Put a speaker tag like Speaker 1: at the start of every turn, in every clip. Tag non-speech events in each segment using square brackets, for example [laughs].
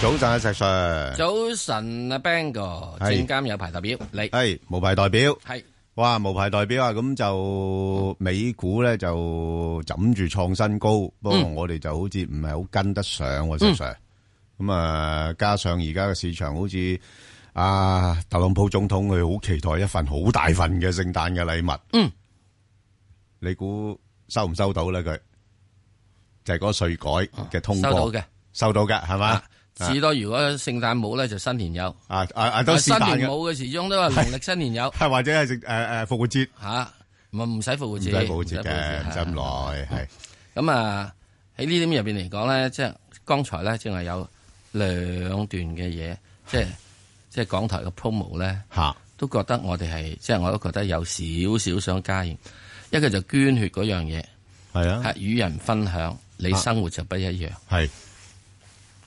Speaker 1: 早晨啊，石 Sir。
Speaker 2: 早晨啊，Bang 哥，
Speaker 1: 係
Speaker 2: 證監有排代表你
Speaker 1: 系无牌代表，
Speaker 2: 係
Speaker 1: 哇無牌代表啊！咁就美股咧就枕住創新高，不過
Speaker 2: 嗯
Speaker 1: 我哋就好似唔係好跟得上喎，石 Sir。咁啊，加上而家嘅市場好似啊，特朗普總統佢好期待一份好大份嘅聖誕嘅禮物。
Speaker 2: 嗯，
Speaker 1: 你估收唔收到咧？佢就係嗰税改嘅通過，啊
Speaker 2: 收到嘅，啊
Speaker 1: 收到嘅係嘛？
Speaker 2: 至多如果聖誕冇咧，就新年有。
Speaker 1: 啊啊啊，都是
Speaker 2: 新
Speaker 1: 但嘅，
Speaker 2: 年冇嘅時鐘都係農曆新年
Speaker 1: [laughs]
Speaker 2: 有
Speaker 1: 係或者係食诶诶复活節。
Speaker 2: 吓，咪唔使復活
Speaker 1: 唔
Speaker 2: 節，
Speaker 1: 使保值
Speaker 2: 唔使復活
Speaker 1: 嘅，唔
Speaker 2: 節
Speaker 1: 使咁耐，係
Speaker 2: 咁啊，喺呢點入邊嚟講咧，即係剛才咧，正係有兩段嘅嘢，
Speaker 1: [laughs]
Speaker 2: 即係即係港台嘅 promo 咧，
Speaker 1: 嚇
Speaker 2: 都覺得我哋係即係我都覺得有少少想加鹽。一個就捐血嗰樣嘢，
Speaker 1: 係啊，
Speaker 2: 係與人分享，你
Speaker 1: 啊
Speaker 2: 生活就不一樣。
Speaker 1: 係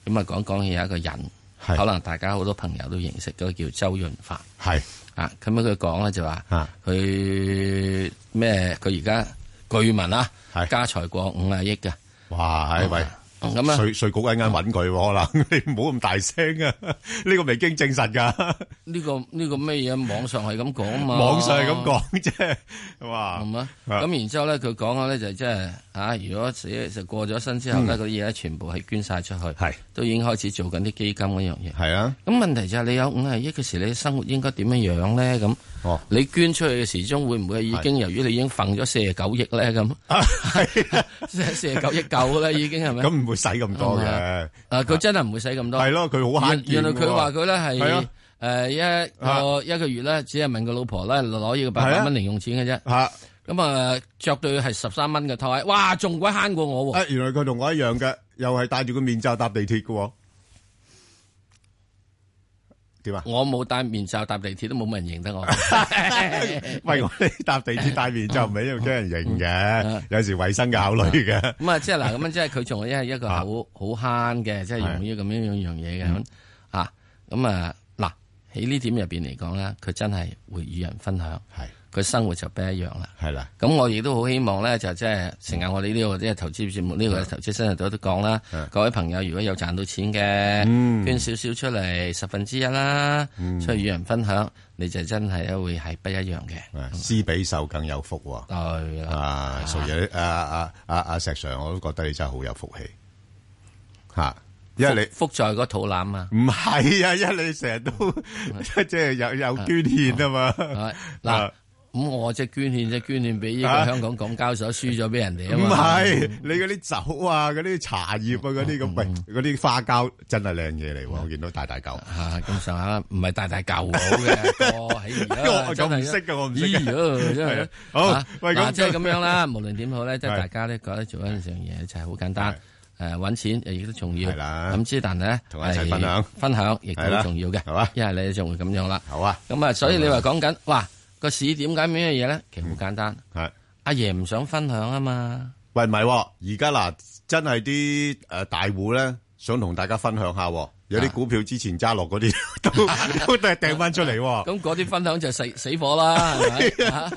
Speaker 2: 咁啊，講講起有一個人，
Speaker 1: 係
Speaker 2: 可能大家好多朋友都認識嗰個叫周潤發
Speaker 1: 係
Speaker 2: 啊。咁樣佢講咧就話
Speaker 1: 啊，
Speaker 2: 佢咩？佢而家據聞啊，
Speaker 1: 係哦
Speaker 2: 家財過五啊億嘅。
Speaker 1: 哇！係喂，
Speaker 2: 咁啊，
Speaker 1: 税税局一間揾佢喎，可能 [laughs] 你唔好咁大聲啊！呢個未經證實㗎，
Speaker 2: 呢個呢個咩嘢？網上係咁講啊嘛，
Speaker 1: 網上係咁講啊啫，哇！
Speaker 2: 係嘛。咁然之後咧，佢講嘅咧就即係啊，如果死就過咗身之後咧，嗰啲嘢咧全部係捐晒出去，
Speaker 1: 嗯係
Speaker 2: 都已經開始做緊啲基金嗰樣嘢。
Speaker 1: 係啊，
Speaker 2: 咁問題就係你有五啊億嘅時，你生活應該點樣樣咧？咁
Speaker 1: 哦，
Speaker 2: 你捐出去嘅時鐘會唔會已經由於你已經揈咗四十九億
Speaker 1: [laughs]
Speaker 2: 咧咁？
Speaker 1: 啊 [laughs] 係啊
Speaker 2: 四四十九億夠啦，已經係咪？
Speaker 1: 咁唔會使咁多嘅，
Speaker 2: 啊，佢真係唔會使咁多。
Speaker 1: 係咯，佢好慳
Speaker 2: 原
Speaker 1: 儉
Speaker 2: 原來佢話
Speaker 1: 喎，
Speaker 2: 佢咧
Speaker 1: 係
Speaker 2: 係
Speaker 1: 啊
Speaker 2: 誒一個一個月咧，只係問個老婆咧攞呢個八
Speaker 1: 係
Speaker 2: 百
Speaker 1: 啊
Speaker 2: 蚊零用錢嘅啫。
Speaker 1: 嚇
Speaker 2: 咁啊，着對係十三蚊嘅拖鞋，哇，仲鬼慳過我喎！
Speaker 1: 啊原來佢同我一樣嘅，又係戴住個面罩搭地鐵嘅喎，點啊？
Speaker 2: 我冇戴面罩搭地鐵都冇乜人認
Speaker 1: [laughs]
Speaker 2: 得我。 [laughs]
Speaker 1: 喂，我哋搭地鐵戴面罩唔係因為驚人型嘅，有時衞生嘅考慮嘅。
Speaker 2: 咁啊，即係嗱，咁樣即係佢仲係一一個
Speaker 1: 啊嗯
Speaker 2: 好好慳嘅，即係用於咁樣樣樣嘢嘅咁啊。咁啊，嗱喺呢點入邊嚟講咧，佢真係會與人分享，
Speaker 1: 係
Speaker 2: 佢生活就不一樣啦。
Speaker 1: 係啦，
Speaker 2: 咁我亦都好希望咧，就即係成日我哋呢個即係投資節目呢個投資新日度都講啦
Speaker 1: 嗯，
Speaker 2: 各位朋友如果有賺到錢嘅，捐少少出嚟十分之一啦，
Speaker 1: 嗯
Speaker 2: 出去與人分享，你就真係咧會係不一樣嘅。
Speaker 1: 啊施比受更有福喎。
Speaker 2: 對啦，
Speaker 1: 啊，所以啊啊啊啊石 Sir，我都覺得你真係好有福氣嚇，因為
Speaker 2: 福在個肚腩啊！
Speaker 1: 你唔係啊，因為你成日都 [laughs] 即係有有捐獻啊
Speaker 2: [laughs]
Speaker 1: 嘛。
Speaker 2: 係嗱
Speaker 1: 啊，
Speaker 2: 咁我即係捐獻即係捐獻俾呢個
Speaker 1: 啊
Speaker 2: 香港港交所輸咗俾人哋啊
Speaker 1: 唔
Speaker 2: 嘛。
Speaker 1: 係，你嗰啲酒啊，嗰啲茶葉啊，嗰啲咁，喂，嗰啲花膠真係靚嘢嚟喎，我見到大大嚿。
Speaker 2: 啊，咁上下唔係大大舊佬
Speaker 1: [laughs]
Speaker 2: 嘅，我喺
Speaker 1: 我
Speaker 2: 而家
Speaker 1: 咁唔識㗎我唔識㗎
Speaker 2: 咦呀真
Speaker 1: 係
Speaker 2: 係
Speaker 1: 啊好
Speaker 2: 啊
Speaker 1: 喂咁
Speaker 2: 嗱，即係咁樣啦。無論點好咧，即
Speaker 1: 係
Speaker 2: 係大家咧覺得做一樣嘢就係好簡單
Speaker 1: 係，
Speaker 2: 誒揾錢亦都重要。
Speaker 1: 係啦
Speaker 2: 咁之但係咧，
Speaker 1: 同我一齊分享
Speaker 2: 係分享亦都
Speaker 1: 係啦
Speaker 2: 好重要嘅，
Speaker 1: 係嘛
Speaker 2: 一係你就會咁樣啦。
Speaker 1: 好啊，
Speaker 2: 咁啊，所以你話講緊哇個市點解咩嘢咧？其實好簡單，
Speaker 1: 係。
Speaker 2: 阿爺唔想分享啊嘛。
Speaker 1: 喂，唔係喎，而家嗱，真係啲誒大户咧，想同大家分享下喎，有
Speaker 2: 啊
Speaker 1: 啲股票之前揸落嗰啲 [laughs] 都
Speaker 2: [laughs]
Speaker 1: 都都係掟翻出嚟喎。
Speaker 2: 咁嗰啲分享就死死
Speaker 1: [laughs]
Speaker 2: 火啦，係咪啊？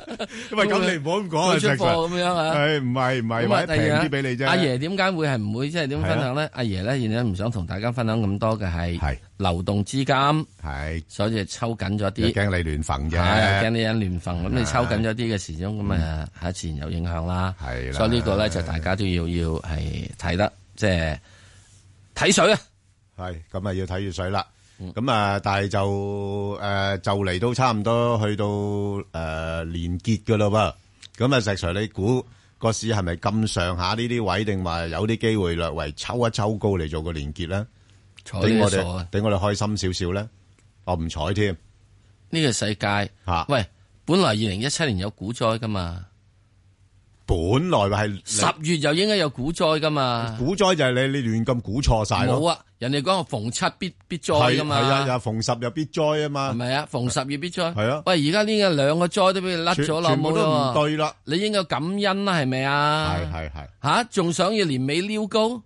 Speaker 1: 喂，咁你唔好咁講啊，
Speaker 2: 佢
Speaker 1: 石
Speaker 2: 出
Speaker 1: Sir。
Speaker 2: 貨咁樣啊？
Speaker 1: 誒，唔係唔係，
Speaker 2: 咁啊
Speaker 1: 或者
Speaker 2: 第
Speaker 1: 平
Speaker 2: 二啊
Speaker 1: 啲俾你啫。啊
Speaker 2: 阿爺點解會係唔會即係點分享咧？阿爺咧，現在唔想同大家分享咁多嘅
Speaker 1: 係
Speaker 2: 係流動資金，
Speaker 1: 係
Speaker 2: 所以就抽緊咗
Speaker 1: 又
Speaker 2: 啲。
Speaker 1: 驚啊你亂揈
Speaker 2: 係
Speaker 1: 啫
Speaker 2: 驚。啲人亂揈，咁你抽緊咗啲嘅時鐘，咁啊嚇自然有影響啦。
Speaker 1: 嗯係啦
Speaker 2: 所以呢個咧就大家都要要係睇得即係睇水啊！
Speaker 1: 係咁啊，要睇住水啦。咁啊，但係就誒就嚟都差唔多去到誒年結㗎啦噃。咁啊，石 Sir，你估個市係咪咁上下呢啲位，定話有啲機會略為抽一抽高嚟做個連結咧？
Speaker 2: 坐
Speaker 1: 俾
Speaker 2: 呢個
Speaker 1: 我
Speaker 2: 傻
Speaker 1: 哋
Speaker 2: 啊！
Speaker 1: 俾我哋開心少少咧，我唔睬添
Speaker 2: 呢個世界，
Speaker 1: 吓。
Speaker 2: 喂，本來二零一七年有股災噶嘛，
Speaker 1: 本來話係
Speaker 2: 十月就應該有股災噶嘛。
Speaker 1: 股災就係你你亂咁估錯晒
Speaker 2: 冇
Speaker 1: 咯，
Speaker 2: 啊！人哋講我逢七必必災
Speaker 1: 係
Speaker 2: 噶
Speaker 1: 係啊，
Speaker 2: 嘛，
Speaker 1: 又逢十又必災啊
Speaker 2: 係
Speaker 1: 嘛，
Speaker 2: 咪啊？逢十月必災。
Speaker 1: 係啊
Speaker 2: 喂，而家呢個兩個災都俾你甩
Speaker 1: 全
Speaker 2: 咗啦，
Speaker 1: 全部
Speaker 2: 冇
Speaker 1: 都唔
Speaker 2: 啦。
Speaker 1: 對啦，
Speaker 2: 你應該感恩啦，係咪啊？
Speaker 1: 係係係
Speaker 2: 吓，仲想要年尾撩高？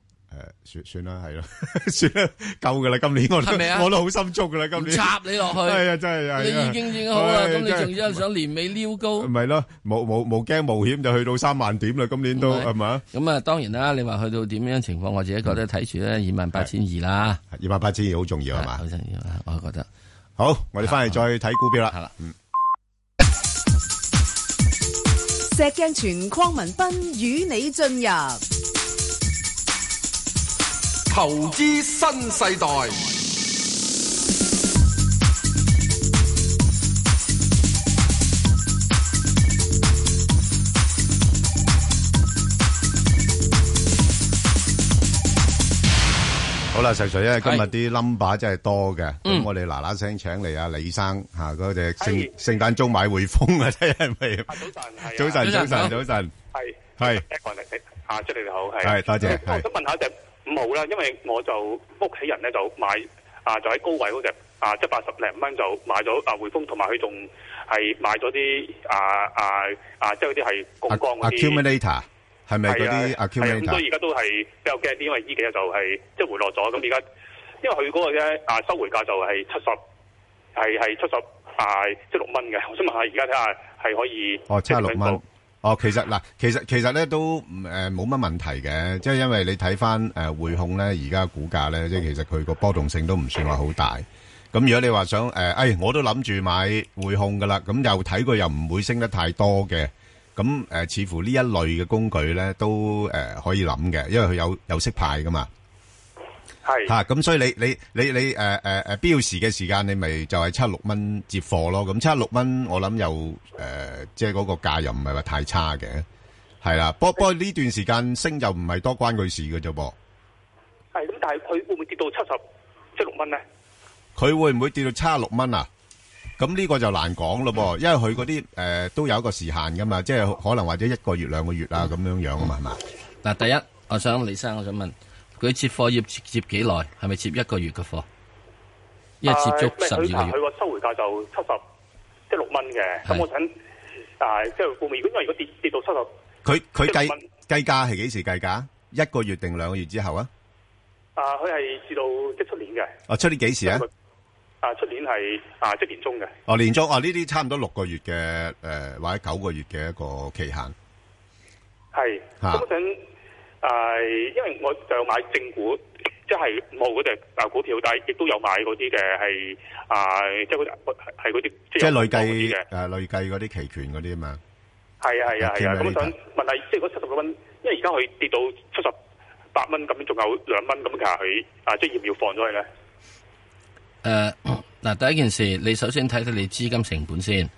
Speaker 1: 算算啦，係咯， [laughs] 算啦，夠噶啦，今年我都
Speaker 2: 係咪啊
Speaker 1: 我都好心足噶啦，今
Speaker 2: 唔
Speaker 1: 年 [laughs]
Speaker 2: 插你落
Speaker 1: 係
Speaker 2: 去，
Speaker 1: 啊，真係啊，係啊
Speaker 2: 你已經已經好啦。
Speaker 1: 唉
Speaker 2: 咁你
Speaker 1: 真係嗯
Speaker 2: 仲要想年尾撩高？
Speaker 1: 咪咯，冇冇冇驚冇險就去到三萬點啦，今年都
Speaker 2: 唔係
Speaker 1: 係咪啊？
Speaker 2: 咁啊，當然啦，你話去到點樣情況，我自己覺得睇住咧二萬八千二啦，
Speaker 1: 二萬八千二好重要係嘛
Speaker 2: 好？重要啊，我覺得
Speaker 1: 好，我哋翻嚟再睇股票
Speaker 2: 係
Speaker 1: 啦。
Speaker 2: 啦。
Speaker 3: 石鏡泉邝文斌與你進入
Speaker 4: 投資新世代，
Speaker 1: 好啦，石 Sir，因為今日啲 number 真係多嘅，咁我哋嗱嗱聲請嚟阿李生吓嗰隻聖
Speaker 5: 係
Speaker 1: 聖誕中買匯豐啊，睇係咪？
Speaker 5: 啊，早晨，係啊
Speaker 1: 早晨，早
Speaker 2: 早晨
Speaker 1: 晨，早晨，
Speaker 5: 係
Speaker 1: 係
Speaker 5: 一個人嚟啊，祝你哋好，係
Speaker 1: 係多謝
Speaker 5: 我
Speaker 1: 係
Speaker 5: 想問下隻五號啦，因為我就屋企人咧就買啊，就喺高位嗰只啊，即八十零蚊就買咗啊匯豐，同埋佢仲係買咗啲啊啊啊，即係嗰啲係槓桿嗰啲。
Speaker 1: Accumulator 係咪啊嗰啲
Speaker 5: 係啊係啊咁所
Speaker 1: accumulator？
Speaker 5: 以而家都係比較驚啲，因為呢幾日就係即係回落咗。咁而家因為佢嗰個咧啊收回價就係七十，係係七十啊即六蚊嘅。我想問下，而家睇下係可以
Speaker 1: 哦，七十六
Speaker 5: 即係點樣
Speaker 1: 蚊
Speaker 5: 做。
Speaker 1: 哦，其實嗱，其實其實咧都誒冇乜問題嘅，即係因為你睇翻誒匯控咧，而家股價咧，即係其實佢個波動性都唔算話好大。咁如果你話想誒，誒、哎、我都諗住買匯控噶啦，咁又睇佢又唔會升得太多嘅。咁誒、呃似乎呢一類嘅工具咧都誒、呃可以諗嘅，因為佢有有息派噶嘛。 [laughs]
Speaker 5: 係
Speaker 1: 吓，啊咁所以你你你你呃诶诶诶标時嘅時間，你咪就係七六蚊接貨咯。咁七六蚊，我諗又诶，即係嗰個價又唔係話太差嘅，係啦。不不過呢段時間升就唔係多關佢事嘅啫噃。
Speaker 5: 係咁，但係佢會唔會跌到七十即六蚊咧？
Speaker 1: 佢會唔會跌到七六蚊啊？咁呢個就難講
Speaker 5: 嗯
Speaker 1: 咯噃，因為佢嗰啲诶都有一個時限噶嘛，即係可能或者一個月兩個月
Speaker 5: 嗯
Speaker 1: 啊咁樣樣啊嘛，係嘛？
Speaker 2: 嗱，第一，我想李生，我想問佢接貨要接接幾耐？係咪接一個月嘅貨？因為接
Speaker 5: 啊
Speaker 2: 足十
Speaker 5: 唔
Speaker 2: 二
Speaker 5: 係佢
Speaker 2: 個
Speaker 5: 嗱佢
Speaker 2: 月，
Speaker 5: 個收回價就七十即六蚊嘅。
Speaker 2: 係
Speaker 5: 咁我想啊，即係會唔會？因為如果跌跌到七十
Speaker 1: 佢佢計
Speaker 5: 七六蚊
Speaker 1: 計價係幾時計價？一個月定兩個月之後啊？
Speaker 5: 啊，佢係至到即出年嘅。
Speaker 1: 哦，出年幾時啊？
Speaker 5: 啊，出年係啊，即年中嘅。
Speaker 1: 哦，年中哦，呢啲差唔多六個月嘅誒、呃或者九個月嘅一個期限。
Speaker 5: 係，
Speaker 1: 嚇
Speaker 5: 啊咁我想誒、因為我就買正股，即係冇嗰隻啊股票，但係亦都有買嗰啲嘅係啊，即係嗰啲係嗰啲
Speaker 1: 即
Speaker 5: 係
Speaker 1: 係累
Speaker 5: 有嗰啲
Speaker 1: 計
Speaker 5: 嘅
Speaker 1: 誒、，呃累計嗰啲期權嗰啲啊嘛。
Speaker 5: 係啊係啊係啊。咁我
Speaker 1: accumulator
Speaker 5: 想問下，即係嗰七十六蚊，因為而家佢跌到七十八蚊，咁仲有兩蚊，咁其實佢啊，即係要唔要放咗佢咧？
Speaker 2: 誒呃 [clears throat] 嗱，第一件事，你首先睇睇你資金成本先，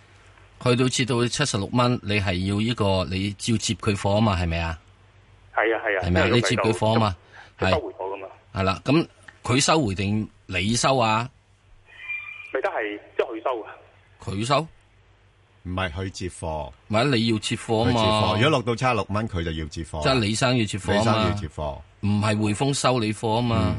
Speaker 2: 去到至到七十六蚊，你係要呢個你照接佢貨啊嘛，係咪啊？
Speaker 5: 係啊係啊，
Speaker 2: 係咪啊？
Speaker 5: 因為
Speaker 2: 你
Speaker 5: 佢
Speaker 2: 接
Speaker 5: 就
Speaker 2: 佢貨啊嘛，
Speaker 5: 佢收
Speaker 2: 係
Speaker 5: 回咗噶嘛，
Speaker 2: 係啦。咁佢收回定你收啊？
Speaker 5: 咪得係即係佢收啊。
Speaker 2: 佢收，
Speaker 1: 唔係佢接貨，
Speaker 2: 或者你要接貨
Speaker 1: 佢
Speaker 2: 啊
Speaker 1: 接貨。
Speaker 2: 嘛
Speaker 1: 如果？落到差六蚊，佢就要接貨。
Speaker 2: 即係李生要接貨
Speaker 1: 李
Speaker 2: 啊
Speaker 1: 生要
Speaker 2: 嘛
Speaker 1: 接，貨。哦
Speaker 2: 唔係匯豐收你貨啊嘛。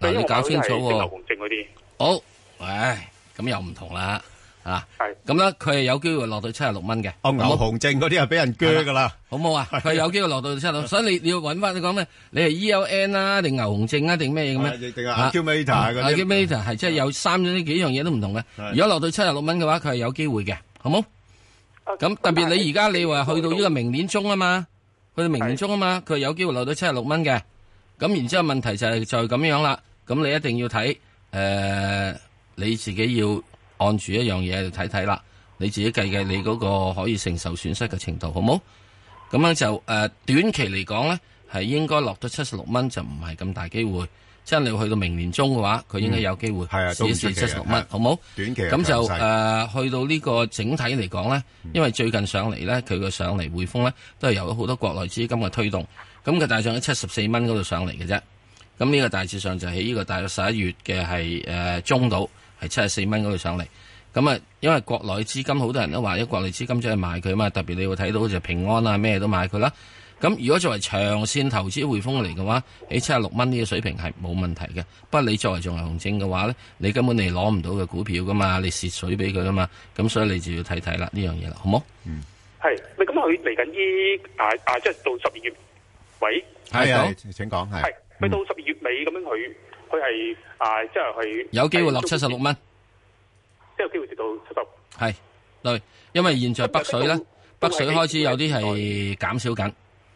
Speaker 2: 嗱，你搞清楚
Speaker 5: 嗯因為我買嗰啲係即牛
Speaker 2: 喎。
Speaker 5: 熊證嗰啲
Speaker 2: 好，唉，咁又唔同啦，啊，
Speaker 5: 係
Speaker 2: 咁咧佢係有機會落到七十六蚊嘅，
Speaker 1: 哦，
Speaker 2: 好
Speaker 1: 牛
Speaker 2: 冇
Speaker 1: 熊證嗰啲係俾人鋸㗎啦。
Speaker 2: 好冇啊？佢有機會落到七十六，所以你你要揾翻你講咩？你係 E L N 啊，定牛熊證啊，定咩
Speaker 1: 啊
Speaker 2: 嘅
Speaker 1: 亦
Speaker 2: 咩？
Speaker 1: 定係 accumulator 嗰啲啊
Speaker 2: a c c u m a t o r 係即係有三呢幾樣嘢都唔同嘅。
Speaker 1: 係
Speaker 2: 如果落到七十六蚊嘅話，佢係有機會嘅，好冇？
Speaker 5: 啊
Speaker 2: 咁特別你而家你話去到呢個
Speaker 5: 咁
Speaker 2: 明年中啊嘛，去到明年中啊嘛，佢有機會落到七十六蚊嘅。咁然之後問題就係就係咁樣啦。咁你一定要睇誒、呃你自己要按住一樣嘢嚟睇睇啦。你自己計計你嗰個可以承受損失嘅程度，好冇？咁樣就誒、呃短期嚟講咧，係應該落到七十六蚊就唔係咁大機會。即係你去到明年中嘅話，佢應該有機會
Speaker 1: 係啊都
Speaker 2: 試
Speaker 1: 唔
Speaker 2: 一
Speaker 1: 出奇
Speaker 2: 試七
Speaker 1: 嘅
Speaker 2: 十六
Speaker 1: 係
Speaker 2: 蚊，好冇？
Speaker 1: 短期係
Speaker 2: 咁就
Speaker 1: 強勢
Speaker 2: 誒、呃去到呢個整體嚟講咧，因為最近上嚟咧，佢個上嚟匯豐咧都係由好多國內資金嘅推動，咁佢大上喺七十四蚊嗰度上嚟嘅啫。咁呢個大致上就喺呢個大約十一月嘅係誒中度係七十四蚊嗰度上嚟。咁啊，因為國內資金好多人都話，因為國內資金走去買佢啊嘛，特別你會睇到就平安啊咩都買佢啦。咁如果作為長線投資匯豐嚟嘅話，喺七十六蚊呢個水平係冇問題嘅。不過你作為做牛熊證嘅話咧，你根本你攞唔到嘅股票噶嘛，你蝕水俾佢噶嘛，咁所以你就要睇睇啦呢樣嘢啦，好冇？
Speaker 5: 啊係，咪咁佢嚟緊呢啊啊，即係到十二月喂，
Speaker 1: 係
Speaker 2: 係
Speaker 1: 係請講係
Speaker 5: 係
Speaker 2: 嗯
Speaker 5: 去到十二月尾咁樣，佢佢係啊，即係佢
Speaker 2: 有機會落七十六，蚊，
Speaker 5: 即係有機會跌到七十。
Speaker 2: 係對，因為現在北水咧，北水開始有啲係減少緊，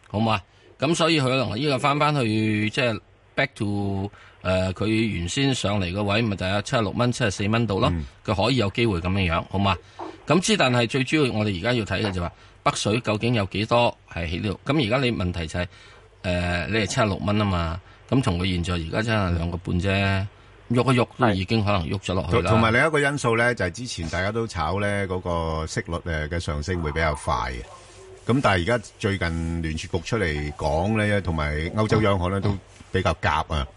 Speaker 2: 好唔好啊？咁所以佢可能呢個翻翻去即係 back to 誒、佢原先上嚟個位，咪就係七十六蚊、七十四蚊度咯。佢、可以有機會咁樣樣，好嘛？咁之但係最主要，我哋而家要睇嘅就話、北水究竟有幾多係喺呢度？咁而家你問題就係、誒、你係七十六蚊啊嘛，咁同佢現在而家真係兩個半啫，喐一喐都已經可能喐咗落去
Speaker 1: 同
Speaker 2: 啦。
Speaker 1: 同埋另一個因素咧，就係之前大家都炒咧嗰個息率誒嘅上升會比較快嘅。咁但係而家最近聯儲局出嚟講咧，同埋歐洲央行咧都比較夾啊。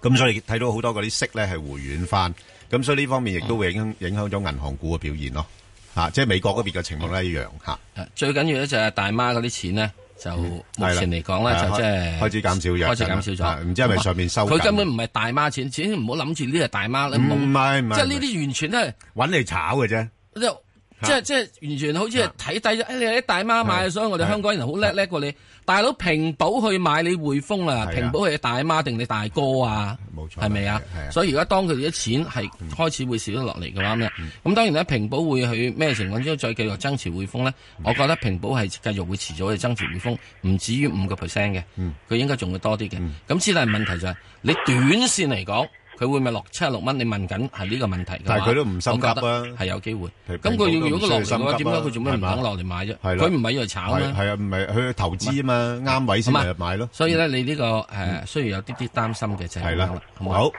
Speaker 1: 咁所以睇到好多嗰啲息咧係回軟翻。咁所以呢方面亦都會影響影響咗銀行股嘅表現咯。嚇、即係美國嗰邊嘅情況咧一樣嚇。
Speaker 2: 誒啊最緊要咧就係大媽嗰啲錢咧，就目
Speaker 1: 係啦
Speaker 2: 前嚟講咧
Speaker 1: 嗯係
Speaker 2: 就即係
Speaker 1: 開開始減少咗
Speaker 2: 開始減少
Speaker 1: 係啊
Speaker 2: 咗。啊
Speaker 1: 唔知係咪上面收緊啊
Speaker 2: 佢根本唔係大媽錢，錢唔好諗住呢係大媽，你冇
Speaker 1: 唔係唔係
Speaker 2: 即係呢啲完全都係
Speaker 1: 揾嚟炒嘅啫。
Speaker 2: 即係即係即係完全好似係睇低咗。誒哎你啲大媽買，
Speaker 1: 係
Speaker 2: 所以我哋香港人好叻叻過你。大佬平保去買你匯豐
Speaker 1: 係
Speaker 2: 啊
Speaker 1: 啊，
Speaker 2: 平保係大媽定你大哥啊？
Speaker 1: 冇錯
Speaker 2: 係咪啊
Speaker 1: 係啊係啊？嗯
Speaker 2: 所以而家當佢哋啲錢係開始會少咗落嚟嘅話咧，咁當然咧，平保會去咩情況之下再繼續增持匯豐咧？
Speaker 1: 嗯
Speaker 2: 我覺得平保係繼續會持續去增持匯豐，唔至於五個 percent 嘅，
Speaker 1: 嗯
Speaker 2: 佢應該仲會多啲嘅。咁之但係問題就係你短線嚟講。佢會咪落七十六蚊？你問緊係呢個問題嘅話
Speaker 1: 但係佢都唔心急啊
Speaker 2: 我覺得係有機會。
Speaker 1: 平
Speaker 2: 咁佢
Speaker 1: 平保
Speaker 2: 要
Speaker 1: 都
Speaker 2: 如
Speaker 1: 唔需要
Speaker 2: 果落嚟嘅
Speaker 1: 心急啊
Speaker 2: 話，點解佢做咩
Speaker 1: 係
Speaker 2: 唔
Speaker 1: 嘛
Speaker 2: 肯落嚟買啫？
Speaker 1: 係啦
Speaker 2: 佢唔係要嚟炒
Speaker 1: 係
Speaker 2: 嘛，
Speaker 1: 係啊，唔係佢投資啊嘛，啱位
Speaker 2: 好
Speaker 1: 先
Speaker 2: 嘛
Speaker 1: 咪買咯。嗯
Speaker 2: 所以咧，你呢個誒需要有啲啲擔心嘅就係
Speaker 1: 係
Speaker 2: 咁
Speaker 1: 啦
Speaker 2: 樣啦，，好嘛
Speaker 1: 好。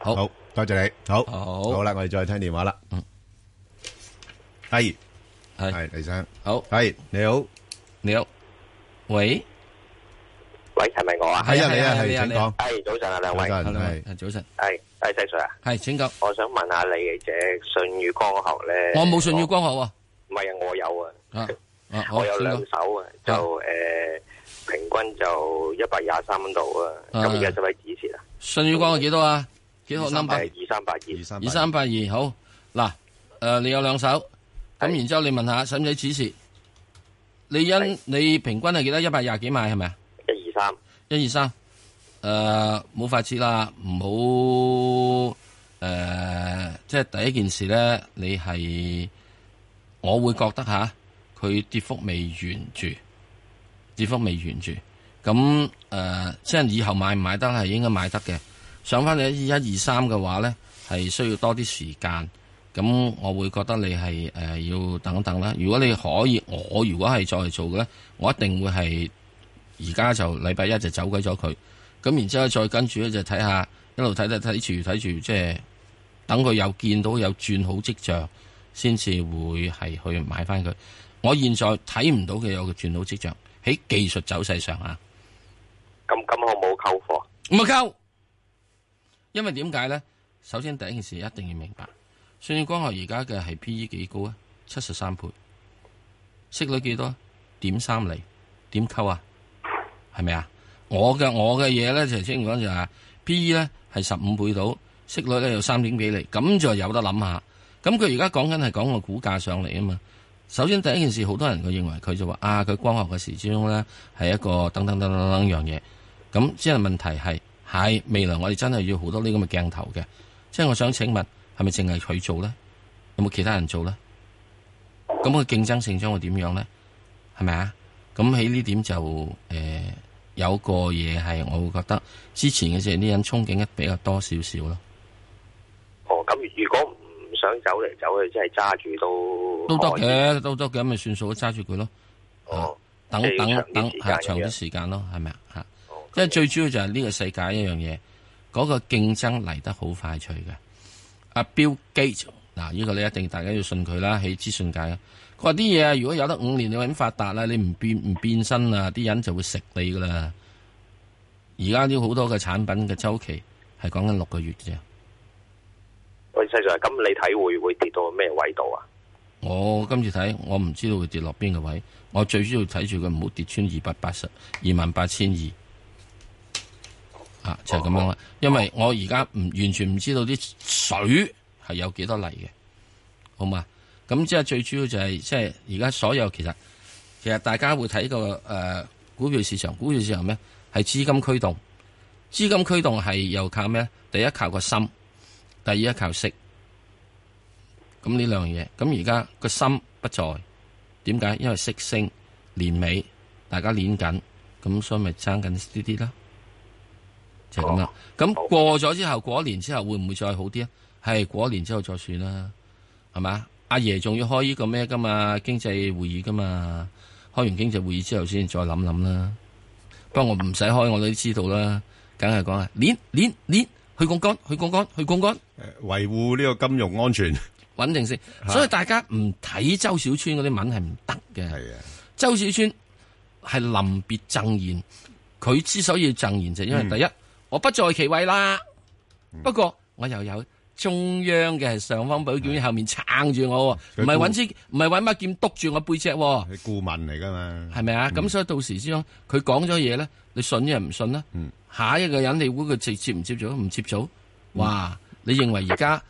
Speaker 2: 好
Speaker 1: 好，多謝你。好，
Speaker 2: 好
Speaker 1: 好啦，我哋再聽電話啦。
Speaker 2: 嗯
Speaker 1: 係，
Speaker 2: 係
Speaker 1: 係黎生，
Speaker 2: 好，
Speaker 1: 係你好，
Speaker 2: 你好，喂，
Speaker 6: 喂，系咪我啊？
Speaker 1: 係
Speaker 2: 係
Speaker 1: 啊，
Speaker 2: 啊
Speaker 1: 你啊，
Speaker 2: 係啊
Speaker 1: 係，
Speaker 2: 你啊
Speaker 1: 請
Speaker 2: 你啊
Speaker 1: 講。
Speaker 6: 系早晨啊，兩位，
Speaker 1: 早晨
Speaker 2: hello，
Speaker 1: 係
Speaker 2: 係早晨，
Speaker 6: 係係細 Sir 啊，
Speaker 2: 係請講。
Speaker 6: 我想問下你嘅信宇光學咧，哦
Speaker 2: 我冇信宇，光學喎，
Speaker 6: 唔係啊，我有啊，
Speaker 2: 啊啊，好
Speaker 6: 我有
Speaker 2: 請
Speaker 6: 兩
Speaker 2: 講。
Speaker 6: 手啊，就誒平均就一百廿三蚊度啊，
Speaker 2: 啊
Speaker 6: 咁而家使唔使止蝕啊？
Speaker 2: 信宇光學幾多啊？幾號 number？
Speaker 6: 係二三八二，
Speaker 1: 二三
Speaker 2: 二三八二，好嗱，誒你有兩手，咁
Speaker 6: 係
Speaker 2: 然之後你問下使唔使指示？你因你平均係幾多？一百廿幾買係咪啊？
Speaker 6: 一二三，
Speaker 2: 一二三，誒冇法子啦，唔好誒，即係第一件事咧，你係我會覺得吓，佢跌幅未完住，跌幅未完住，咁誒、呃即係以後買唔買得係應該買得嘅，上翻你一二三嘅話咧，係需要多啲時間。咁我會覺得你係誒、呃要等等啦。如果你可以，我如果係再做嘅咧，我一定會係而家就禮拜一就走鬼咗佢，咁然之後再跟住咧就睇下一路睇睇睇住睇住，即係等佢有見到有轉好跡象，先至會係去買翻佢。我現在睇唔到佢有個轉好跡象，喺技術走勢上啊，
Speaker 6: 咁咁好冇溝貨？
Speaker 2: 唔係夠，因為點解咧？首先第一件事一定要明白，信宇光學而家嘅係 P E 幾高啊？七十三倍，息率幾多啊？點三厘，點溝啊？係咪啊？我嘅我嘅嘢咧，就先講就係 P E 咧係十五倍到，息率咧有三點幾厘，咁就有得諗下。咁佢而家講緊係講個股價上嚟啊嘛。首先第一件事，好多人佢認為佢就話啊，佢光學嘅時之中咧係一個等等等等等樣嘢。咁只係問題係係未來我哋真係要好多呢咁嘅鏡頭嘅。即係我想請問，係咪淨係佢做咧？有冇其他人做咧？咁佢競爭性將會點樣咧？係咪啊？咁喺呢點就誒、呃有個嘢係我會覺得之前嘅時候啲人憧憬得比較多少少咯，
Speaker 6: 哦，咁如果唔想走嚟走去，即係揸住都
Speaker 2: 都得
Speaker 6: 可以，
Speaker 2: 嘅，都得嘅，咪算數揸住佢咯。
Speaker 6: 哦，
Speaker 2: 等
Speaker 6: 即係
Speaker 2: 等
Speaker 6: 要
Speaker 2: 等
Speaker 6: 長啲時間
Speaker 2: 係長
Speaker 6: 咁
Speaker 2: 啲
Speaker 6: 樣
Speaker 2: 時間咯，係咪啊？嚇，
Speaker 6: 哦
Speaker 2: 因為最主要就係呢個世界一樣嘢，嗰、個競爭嚟得好快脆嘅。阿 Bill Gates 嗱，呢個你一定大家要信佢啦，喺資訊界。佢話啲嘢啊，如果有得五年你揾發達啦，你唔變唔變身啊，啲人就會食你噶啦。而家啲好多嘅產品嘅周期係講緊六個月啫。
Speaker 6: 喂，細 Sir，咁你睇會會跌到咩位度啊？
Speaker 2: 我今次睇，我唔知道會跌落邊個位，我最主要睇住佢唔好跌穿二百八十二萬八千二。啊，就係咁樣啦，因為我而家唔完全唔知道啲水係有幾多嚟嘅，好嘛？咁即係最主要就係、即係而家所有其實其實大家會睇個誒、呃股票市場，股票市場咩？係資金驅動，資金驅動係又靠咩？第一靠個心，第二一靠息。咁呢兩樣嘢，咁而家個心不在，點解？因為息升年尾，大家捻緊，咁所以咪爭緊呢啲啦，就係咁啦。咁過咗之後，過一年之後會唔會再好啲啊？係過一年之後再算啦，係嘛？阿爺仲要開呢個咩噶嘛？經濟會議噶嘛？開完經濟會議之後先再諗諗啦。不過我唔使開，我都知道啦，梗係講啊，捻捻捻，去槓桿，去槓桿，去槓桿。
Speaker 1: 維護呢個金融安全
Speaker 2: 穩定性，
Speaker 1: 啊
Speaker 2: 所以大家唔睇周小川嗰啲文係唔得嘅。
Speaker 1: 係啊，
Speaker 2: 周小川係臨別贈言，佢之所以贈言就因
Speaker 1: 嗯
Speaker 2: 為第一，我不在其位啦，不過我又有中央嘅上方保劍後面撐住我喎，
Speaker 1: 嗯佢
Speaker 2: 唔係
Speaker 1: 估
Speaker 2: 揾支唔係揾把劍督住我背脊喎，
Speaker 1: 係顧問嚟㗎嘛，
Speaker 2: 係咪啊？咁所以到時之中佢講咗嘢咧，你信又唔信啦？
Speaker 1: 嗯
Speaker 2: 下一個人你估佢直接唔接早？唔接早？
Speaker 1: 嗯
Speaker 2: 哇！你認為而家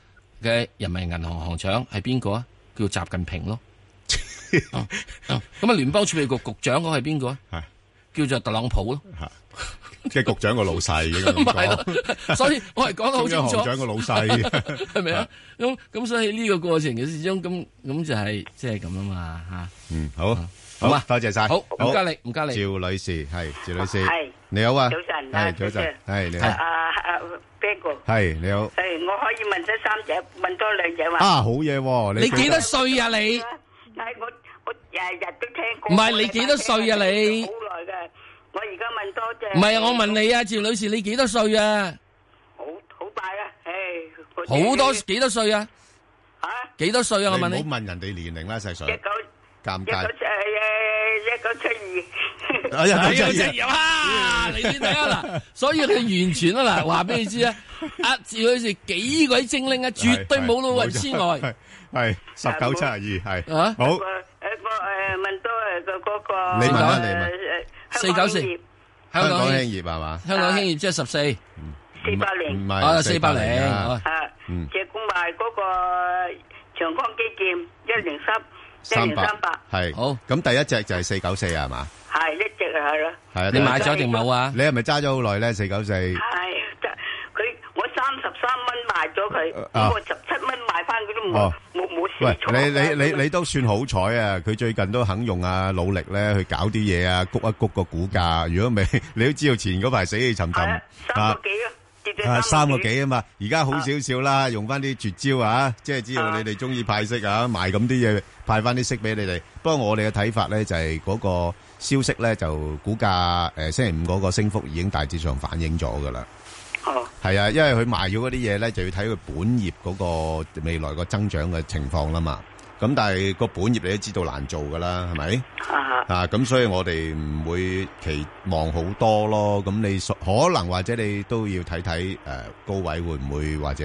Speaker 2: 嘅人民銀行行長係邊個啊？叫習近平
Speaker 1: [laughs]
Speaker 2: 咯。啊啊咁啊，聯邦儲備局局長嗰個係邊個啊？
Speaker 1: 係
Speaker 2: 叫做特朗普
Speaker 1: [laughs]
Speaker 2: 咯。
Speaker 1: 即係局長個老細應該
Speaker 2: [laughs] 唔
Speaker 1: 咁
Speaker 2: 係
Speaker 1: 講， [laughs]
Speaker 2: 咯，所以我係講得
Speaker 1: 中
Speaker 2: 好清
Speaker 1: 央行
Speaker 2: 楚，
Speaker 1: 長個
Speaker 2: [laughs]
Speaker 1: 老細。
Speaker 2: 係咪啊？咁咁，所以呢個過程嘅始終咁咁就係即係咁啊嘛嚇。
Speaker 1: 嗯，好，
Speaker 2: 好啊
Speaker 1: 好，多謝晒，
Speaker 2: 好，唔該你，唔該你。
Speaker 1: 赵女士係趙女士，
Speaker 7: 係
Speaker 1: 你好啊，
Speaker 7: 早晨啊
Speaker 1: 係早晨，
Speaker 7: 早
Speaker 1: 係你
Speaker 2: 係
Speaker 1: 好，
Speaker 7: 啊啊 Ben 哥，
Speaker 1: 係你好，
Speaker 7: 誒我可以問咗三隻，問多兩隻話。
Speaker 1: 啊好嘢喎，
Speaker 2: 你幾
Speaker 1: 記
Speaker 2: 多歲啊？你
Speaker 7: 係我我日日都聽過。
Speaker 2: 唔係你幾多歲啊你
Speaker 7: 好耐嘅，我而家問多隻。
Speaker 2: 唔係啊？我問你啊，趙女士，你幾多歲啊？
Speaker 7: 好好快啊！唉，我
Speaker 1: [laughs]
Speaker 2: 好多幾多歲啊？
Speaker 7: 嚇
Speaker 2: 幾多歲啊？我問
Speaker 1: 你唔
Speaker 2: 你
Speaker 1: 好問人哋年齡啦，細
Speaker 7: 一
Speaker 1: Sir，
Speaker 7: 九
Speaker 1: 尷
Speaker 7: 一
Speaker 1: 尬
Speaker 7: 九。七誒一九七二。 [laughs]
Speaker 1: 哎呀，
Speaker 2: 哎呀，
Speaker 1: 真係
Speaker 2: 直入啊！你先睇啊嗱，所以佢
Speaker 1: [laughs]
Speaker 2: 完全啊嗱，話俾你知啊，阿趙女士幾鬼精靈啊，絕對冇老人痴呆
Speaker 1: 係，係，19 72係。
Speaker 2: 啊！
Speaker 1: 好，
Speaker 7: 我誒我誒問多誒個嗰個。
Speaker 1: 你問啦
Speaker 7: 誒
Speaker 1: 你問
Speaker 7: 誒
Speaker 2: 四九四
Speaker 7: 香
Speaker 2: 香港
Speaker 1: 香港
Speaker 2: 興
Speaker 1: 興業係嘛？
Speaker 2: 香港興業即係十四，
Speaker 7: 港四百零。
Speaker 1: 唔係，
Speaker 2: 啊四百
Speaker 1: 480
Speaker 2: 零，
Speaker 1: 啊。
Speaker 2: 哦
Speaker 7: 啊，
Speaker 1: 嗯
Speaker 7: 借股埋嗰個長江基建一零三一零
Speaker 1: 300
Speaker 7: 三八，
Speaker 1: 係。
Speaker 2: 好。
Speaker 1: 咁第一隻就係494啊，係嘛？係啊，
Speaker 7: 係一隻係啦，
Speaker 2: 你
Speaker 1: 第一隻。
Speaker 2: 買咗定冇啊？
Speaker 1: 你係咪揸咗好耐呢？494
Speaker 7: 係真佢我三十三蚊賣咗佢，
Speaker 1: 啊
Speaker 7: 咁我十七蚊買翻佢都冇
Speaker 1: 哦
Speaker 7: 冇冇
Speaker 1: 喂，
Speaker 7: 蝕
Speaker 1: 你-
Speaker 7: 錯。
Speaker 1: 你-你-你都算好彩啊，佢最近都肯用啊努力呢去搞啲嘢啊，谷一谷個股價。如果唔係，你都知道前嗰排死氣沉沉。
Speaker 7: 係啊，
Speaker 1: Dạ.
Speaker 7: 三個幾啊，跌
Speaker 1: 啊，
Speaker 7: 咗三個幾。
Speaker 1: 啊，三個幾啊嘛，而家好少少啦，用返啲絕招啊，即係知道你哋鍾意派息啊，賣咁啲嘢，派返啲息俾你哋。不過我哋嘅睇法呢，就係嗰個消息呢，就股價，呃，星期五嗰個升幅已經大致上反映咗㗎啦。係啊，因為佢賣咗嗰啲嘢呢，就要睇佢本業嗰個未來個增長性。
Speaker 7: 哦，
Speaker 1: 情況啦嘛。咁但係個本業你都知道難做㗎啦，係咪？
Speaker 7: 啊
Speaker 1: 啊，咁所以我哋唔會期望好多咯。咁你所可能或者你都要睇睇誒高位會唔會或者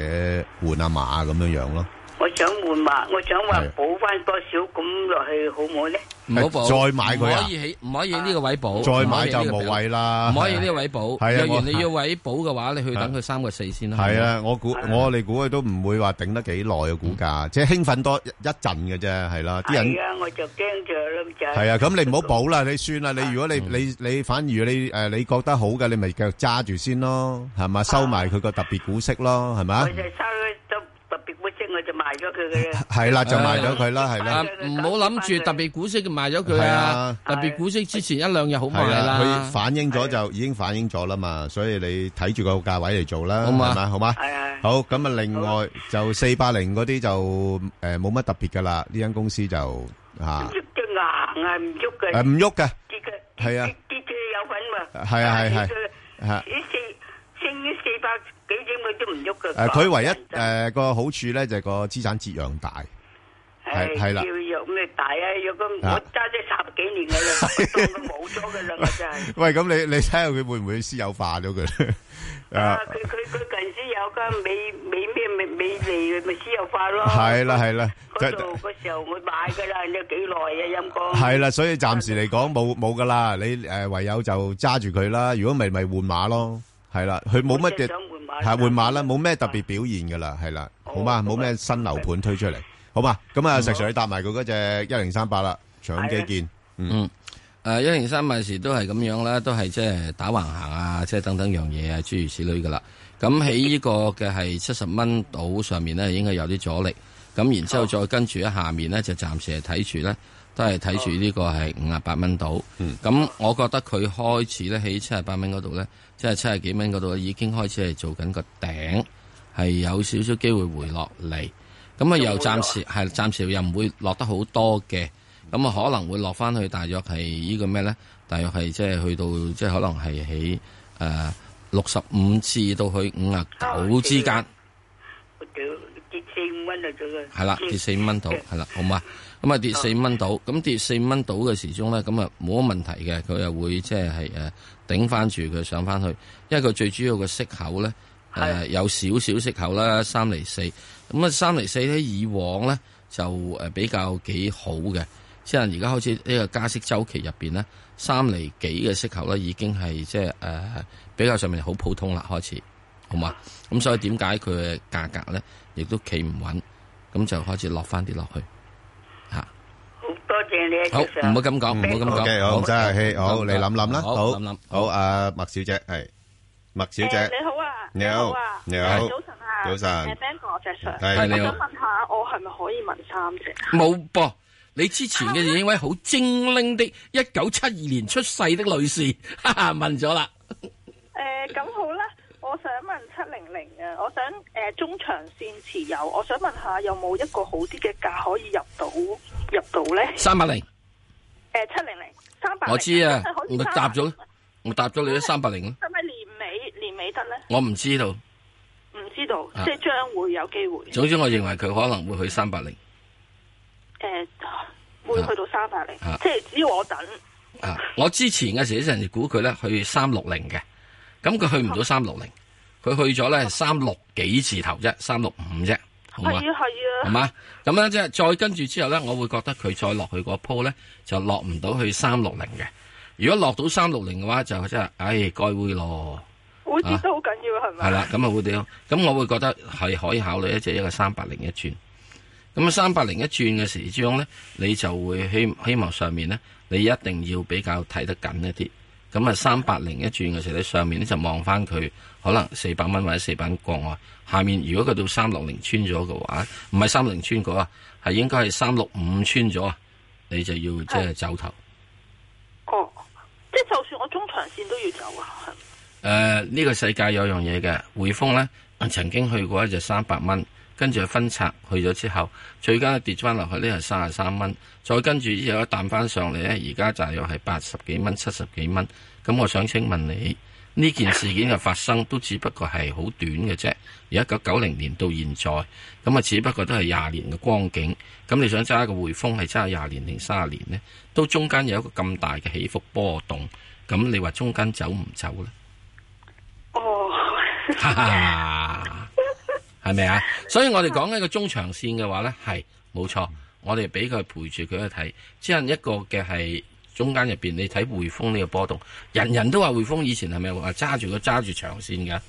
Speaker 1: 換下馬咁樣樣咯。
Speaker 7: 我想換馬，我想話
Speaker 1: 係
Speaker 7: 補翻多少咁落去好唔好咧？
Speaker 2: 唔好補，
Speaker 1: 再買佢啊
Speaker 2: 唔可以起，唔可以呢個位補，
Speaker 1: 再買就
Speaker 2: 唔可以呢個
Speaker 1: 無
Speaker 2: 位補
Speaker 1: 謂啦。
Speaker 2: 唔可以呢個位補，
Speaker 1: 係啊我
Speaker 2: 若然你要位補嘅話，你去等佢三個四先啦。
Speaker 1: 係啊，我估我哋估佢都唔會話頂得幾耐嘅股價，即係興奮多一一陣嘅啫，係啦，啲人
Speaker 7: 係。啊，我就驚住啦，就係
Speaker 1: 係啊，咁你唔好補啦，你算啦。你如果你你你反而你誒你覺得好嘅，你咪繼續揸住先咯，係嘛？收埋佢個特別股息咯，係嘛
Speaker 7: 我？就收咗特別股息，我就賣咗佢嘅啦。
Speaker 1: 係啦，就賣咗佢啦，係啦
Speaker 2: 啊。唔好諗住特別股息賣咗佢
Speaker 1: 係
Speaker 2: 啊
Speaker 1: 啊！
Speaker 2: 特別股息之前一兩日好賣
Speaker 1: 係啦，
Speaker 2: 啦
Speaker 1: 佢。反映咗就已經反映咗啦嘛，所以你睇住個價位嚟做啦，
Speaker 2: 好
Speaker 1: 係
Speaker 2: 嘛
Speaker 1: 嘛，好嘛？
Speaker 7: 係啊。
Speaker 1: 好，咁啊，另外就四八零嗰啲就诶冇乜特別噶啦，呢間公司就
Speaker 7: [laughs]
Speaker 1: 吓
Speaker 7: 喐隻硬啊，唔喐嘅，
Speaker 1: 诶唔喐
Speaker 7: [laughs]
Speaker 1: 嘅，
Speaker 7: 跌嘅，
Speaker 1: 係啊
Speaker 7: 跌跌住有份喎，
Speaker 1: 係啊係係
Speaker 7: 跌咗
Speaker 1: 吓
Speaker 7: 呢四升咗四百幾點佢都唔喐嘅，
Speaker 1: 诶佢
Speaker 7: [laughs]
Speaker 1: 唯一诶個好處咧就係個資產折讓大，係係啦
Speaker 7: 要喐咩大啊？若果
Speaker 1: 啊
Speaker 7: 我揸咗十幾年嘅啦，我當佢冇咗嘅啦，我真係。
Speaker 1: [laughs] 喂，咁你你睇下佢會唔會私有化咗佢？
Speaker 7: 啊！
Speaker 1: [laughs] 啊，
Speaker 7: 佢佢佢近時有間美美咩美美利咪私有化咯，
Speaker 1: 係啦係啦，
Speaker 7: 嗰度嗰時候我買嘅啦，你有幾耐啊陰公？
Speaker 1: 系啦，所以暫時嚟講冇冇噶啦，你诶唯有就揸住佢啦，如果唔係咪換馬咯，係啦，佢冇乜
Speaker 7: 我
Speaker 1: 嘢
Speaker 7: 真係想。換馬，
Speaker 1: 系换马啦，冇咩特別表現噶啦，係啦，好嘛，
Speaker 7: 好
Speaker 1: 冇咩新樓盤推出嚟，好嘛，咁啊，石 Sir 你搭埋佢嗰只一零三八啦，長基建，
Speaker 2: 嗯，誒一零三咪時都係咁樣啦，都係即係打橫行啊，即係等等樣嘢啊，諸如此類噶啦。咁喺呢個嘅係七十蚊度上面咧，應該有啲阻力。咁然之後再跟住喺下面咧，就暫時係睇住咧，都係睇住呢個係五啊八蚊度。咁、我覺得佢開始咧喺七十八蚊嗰度咧，即係七十幾蚊嗰度已經開始係做緊個頂，係有少少機會回落嚟。咁啊，又暫時係暫時又唔會落得好多嘅，咁啊可能會落翻去大約係呢個咩咧？大約係即係去到即係可能係喺誒呃六十五至到去五啊九之間，
Speaker 7: 我屌跌四五蚊就咗啦。
Speaker 2: 係啦，跌四五蚊到，係啦，好嘛？咁啊跌四五蚊到，咁跌四五蚊到嘅時鐘咧，咁啊冇乜問題嘅，佢又會即係呃係誒頂翻住佢上翻去，因為佢最主要嘅息口咧誒、
Speaker 7: 係
Speaker 2: 有少少息口啦，三厘四，咁啊三厘四咧以往咧就誒比較幾好嘅，即係而家開始呢個加息周期入邊咧，三厘幾嘅息口咧已經係即係誒比較上面好普通啦開始，好嘛？咁所以點解佢嘅價格咧亦都企唔穩，咁就開始落翻啲落去嚇。
Speaker 7: 好多謝你啊，
Speaker 2: 好，
Speaker 7: 石
Speaker 2: 唔
Speaker 7: Sir
Speaker 2: 好咁講，唔好咁講。
Speaker 1: OK，好，真係，嘿，好，
Speaker 2: 好，
Speaker 1: 你諗諗啦，
Speaker 2: 好，
Speaker 1: 好，
Speaker 2: 諗諗。
Speaker 1: 好，啊，麥小姐，係，麥小姐，
Speaker 8: 誒你好啊，
Speaker 1: 你好
Speaker 8: 啊，
Speaker 1: 你好
Speaker 8: 誒早晨啊，
Speaker 1: 早晨
Speaker 8: 誒 Ben 哥，石 Sir，
Speaker 1: 係
Speaker 8: 我
Speaker 2: 係你好
Speaker 8: 想問下，我係咪可以問三隻？
Speaker 2: 冇噃，你之前嘅
Speaker 8: 啊
Speaker 2: 影位好精靈的，一九七二年出世的女士， [laughs] 哈哈，問咗啦。
Speaker 8: 誒，呃咁好啦，我想問七零零啊，我想誒中長線持有，我想問下有冇一個好啲嘅價可以入到入到咧？
Speaker 2: 三百零，
Speaker 8: 誒，七零零三百，
Speaker 2: 我知啊
Speaker 8: 真係可，以
Speaker 2: 我
Speaker 8: 300
Speaker 2: 答咗啦，我答咗你都三百零啦，啊
Speaker 8: 係咪年尾年尾得咧？
Speaker 2: 我唔知道。
Speaker 8: 唔知道，
Speaker 2: 啊
Speaker 8: 即係將會有機會
Speaker 2: 總之我認為佢可能會去三百零
Speaker 8: 誒，呃會去到三百零
Speaker 2: 啊，
Speaker 8: 即係只要我等。
Speaker 2: 啊。我之前嘅時啲人估佢咧去三六零嘅，咁佢去唔到三六零，佢去咗咧三六幾字頭啫，三六五啫，好
Speaker 8: 係
Speaker 2: 嘛
Speaker 8: 啊？
Speaker 7: [laughs]
Speaker 8: 係
Speaker 2: 係
Speaker 8: 啊，
Speaker 2: 嘛？咁咧即係再跟住之後咧，我會覺得佢再落去嗰鋪咧，就落唔到去三六零嘅。如果落到三六零嘅話，就真係，唉，該會咯，
Speaker 8: 會跌得好緊要係咪？
Speaker 2: 係啦，咁啊會點？咁我會覺得係可以考慮一隻一個三百零一轉。咁啊三百零一轉嘅時鐘咧，你就會希希望上面咧，你一定要比較睇得緊一啲。咁啊，三百零一轉嘅時候，你上面咧就望翻佢可能四百蚊或者四百蚊國外。下面如果佢到三六零穿咗嘅話，唔係三六零穿過啊，係應該係三六五穿咗啊，你就要即係走頭。誒、
Speaker 8: 哦，即係就算我中長線都要走啊，係咪
Speaker 2: 呃呢、個世界有樣嘢嘅，匯豐咧 [coughs] 曾經去過一隻三百蚊，跟住分拆去咗之後，最緊跌翻落去呢係三十三蚊，再跟住之後一彈翻上嚟咧，而家大約係八十幾蚊、七十幾蚊。咁我想請問你，呢件事件嘅發生都只不過係好短嘅啫，由一九九零年到現在，咁啊只不過都係廿年嘅光景。咁你想揸一個匯豐係揸廿年定三十年呢？都中間有一個咁大嘅起伏波動，咁你話中間走唔走呢？
Speaker 8: 哦， [laughs]
Speaker 2: 哈哈，係咪啊？所以我哋講緊個中長線嘅話呢，係冇錯，我哋俾佢陪住佢去睇，只係一個嘅係中間入邊，你睇匯豐呢個波動，人人都話匯豐以前係咪話揸住個揸住長線㗎？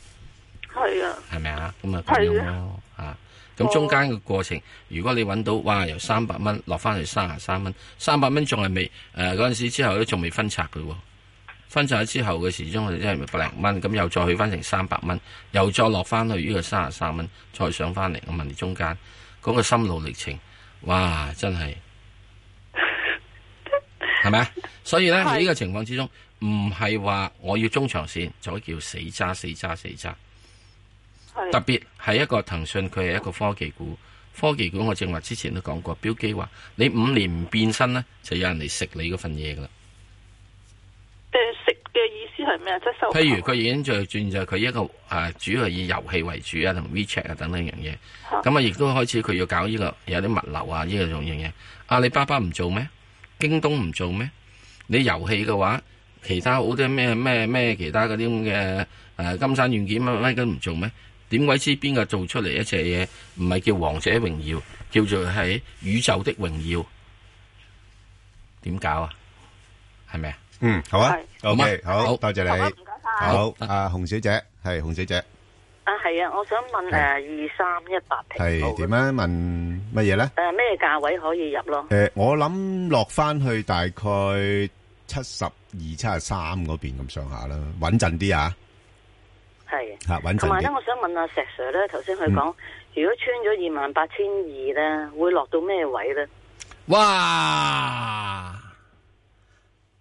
Speaker 8: 係啊，
Speaker 2: 係哦咪啊？咁啊咁樣咯嚇。咁中間嘅過程，如果你揾到哇，由三百蚊落翻去三十三蚊，三百蚊仲係未誒嗰陣時之後咧，仲未分拆嘅喎。分拆咗之後嘅時鐘，我哋真係咪百零蚊，咁又再去翻成三百蚊，又再落翻去呢個三十三蚊，再上翻嚟。我問你中間嗰、個心路歷程，哇！真係 [laughs] 係咪啊？所以咧喺呢個情況之中，唔係話我要中長線，就叫死揸死揸死揸。
Speaker 8: 係
Speaker 2: 特別係一個騰訊，佢係一個科技股。科技股我正話之前都講過，標基話你五年唔變身呢，就有人嚟食你嗰份嘢噶啦。
Speaker 8: 誒食嘅意思係咩啊？即係收。
Speaker 2: 譬如佢已經就轉咗佢一個啊，主要係以遊戲為主啊，同 WeChat 啊等等樣嘢。咁啊，亦都開始佢要搞呢、個有啲物流啊呢個樣嘢。阿里巴巴唔做咩？京東唔做咩？你遊戲嘅話，其他好啲咩咩咩其他嗰啲咁嘅誒金山軟件乜乜都唔做咩？點鬼知邊個做出嚟一隻嘢唔係叫王者榮耀，叫做係宇宙的榮耀？點搞啊？係咪啊？
Speaker 1: 嗯，好啊，
Speaker 8: 係。
Speaker 1: OK，
Speaker 2: 好啊，
Speaker 1: 好，
Speaker 2: 好。
Speaker 1: 多謝你。
Speaker 8: 好啊，唔該晒。
Speaker 1: 好，啊，洪小姐，係，洪小姐，
Speaker 7: 啊，係啊，我想問誒
Speaker 9: 呃
Speaker 7: 二三一八平
Speaker 1: 係，
Speaker 7: 保
Speaker 9: 呃
Speaker 7: 嘅
Speaker 1: 點啊？問乜嘢呢？呃
Speaker 7: 誒咩價位可以入咯？
Speaker 1: 誒，我諗落返去大概七十二、七十三嗰邊咁上下啦，穩陣啲啊，
Speaker 9: 係。
Speaker 1: 吓穩陣
Speaker 9: 同埋咧，
Speaker 1: 啲。
Speaker 9: 我想問阿石 Sir 咧，頭先
Speaker 2: 嗯
Speaker 9: 佢講，如果穿咗二萬八千二咧，會落到咩位咧？
Speaker 2: 哇！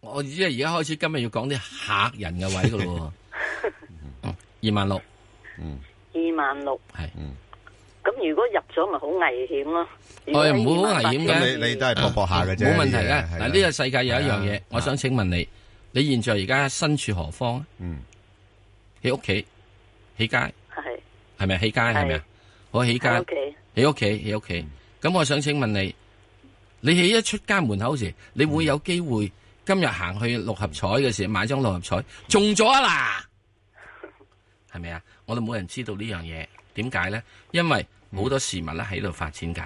Speaker 2: 我只係而家開始，今日要講啲嚇人嘅位噶咯
Speaker 1: [laughs]
Speaker 2: 嗯喎，二萬六
Speaker 9: 二萬六。
Speaker 2: 係。
Speaker 1: 嗯
Speaker 9: 咁如果入咗咪好危險咯？
Speaker 2: 我哋哦唔會好危險嘅，
Speaker 1: 咁你你都係搏搏下嘅啫
Speaker 2: 冇問題
Speaker 1: 呢
Speaker 2: 嘅。
Speaker 1: 啲嘢係
Speaker 2: 嗱，
Speaker 1: 啊
Speaker 2: 呢個世界有一樣
Speaker 1: 係
Speaker 2: 嘢
Speaker 1: 啊，
Speaker 2: 我想請問你，你現在而家身處何方啊？
Speaker 1: 嗯，
Speaker 2: 喺屋企，喺街，
Speaker 9: 係
Speaker 2: 係咪？喺街係咪啊？我喺
Speaker 9: 喺
Speaker 2: 街
Speaker 9: 屋，企
Speaker 2: 喺屋企，喺屋企。咁我想請問你，你喺一出街門口時，你會有機會今日行去六合彩嘅時買張六合彩中咗啊啦？係咪啊？我哋冇人知道呢樣嘢，點解咧？因為好多事物咧喺度發展緊，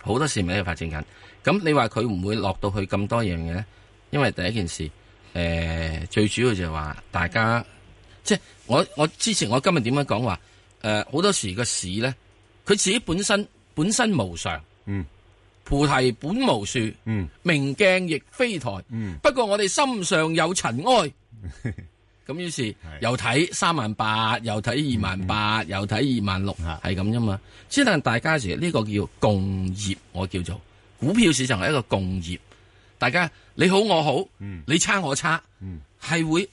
Speaker 2: 好多事物喺度發展緊。咁你話佢唔會落到去咁多樣嘢咧？因為第一件事，誒、最主要就係話大家，即係我我之前我今日點樣講話？誒、好多時個市咧，佢自己本身本身無常，
Speaker 1: 嗯，
Speaker 2: 菩提本無樹，
Speaker 1: 嗯，
Speaker 2: 明鏡亦非台，
Speaker 1: 嗯，
Speaker 2: 不過我哋心上有塵
Speaker 1: [laughs]
Speaker 2: 埃。咁於是又睇三萬八，又睇二萬八，又睇二萬六，
Speaker 1: 嗯啊
Speaker 2: 係咁啫嘛。之但大家時呢個叫共業，我叫做股票市場係一個共業，大家你好我好，
Speaker 1: 嗯
Speaker 2: 你差我差，
Speaker 1: 嗯
Speaker 2: 係會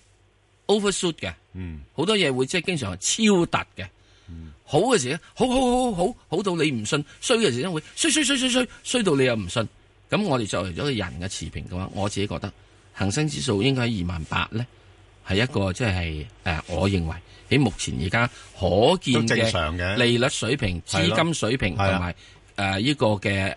Speaker 2: overshoot 嘅，
Speaker 1: 嗯
Speaker 2: 好多嘢會即係經常係超突嘅。好嘅時咧，好好好好好，好到你唔信；衰嘅時咧會衰衰衰衰衰，衰到你又唔信。咁我哋作為咗個人嘅持平嘅話，我自己覺得恒生指數應該喺二萬八咧，係一個即係誒，我認為喺目前而家可見
Speaker 1: 都正常嘅
Speaker 2: 嘅利率水平、
Speaker 1: 係
Speaker 2: 資
Speaker 1: 咯
Speaker 2: 金水平
Speaker 1: 係啊
Speaker 2: 同埋誒呢個嘅誒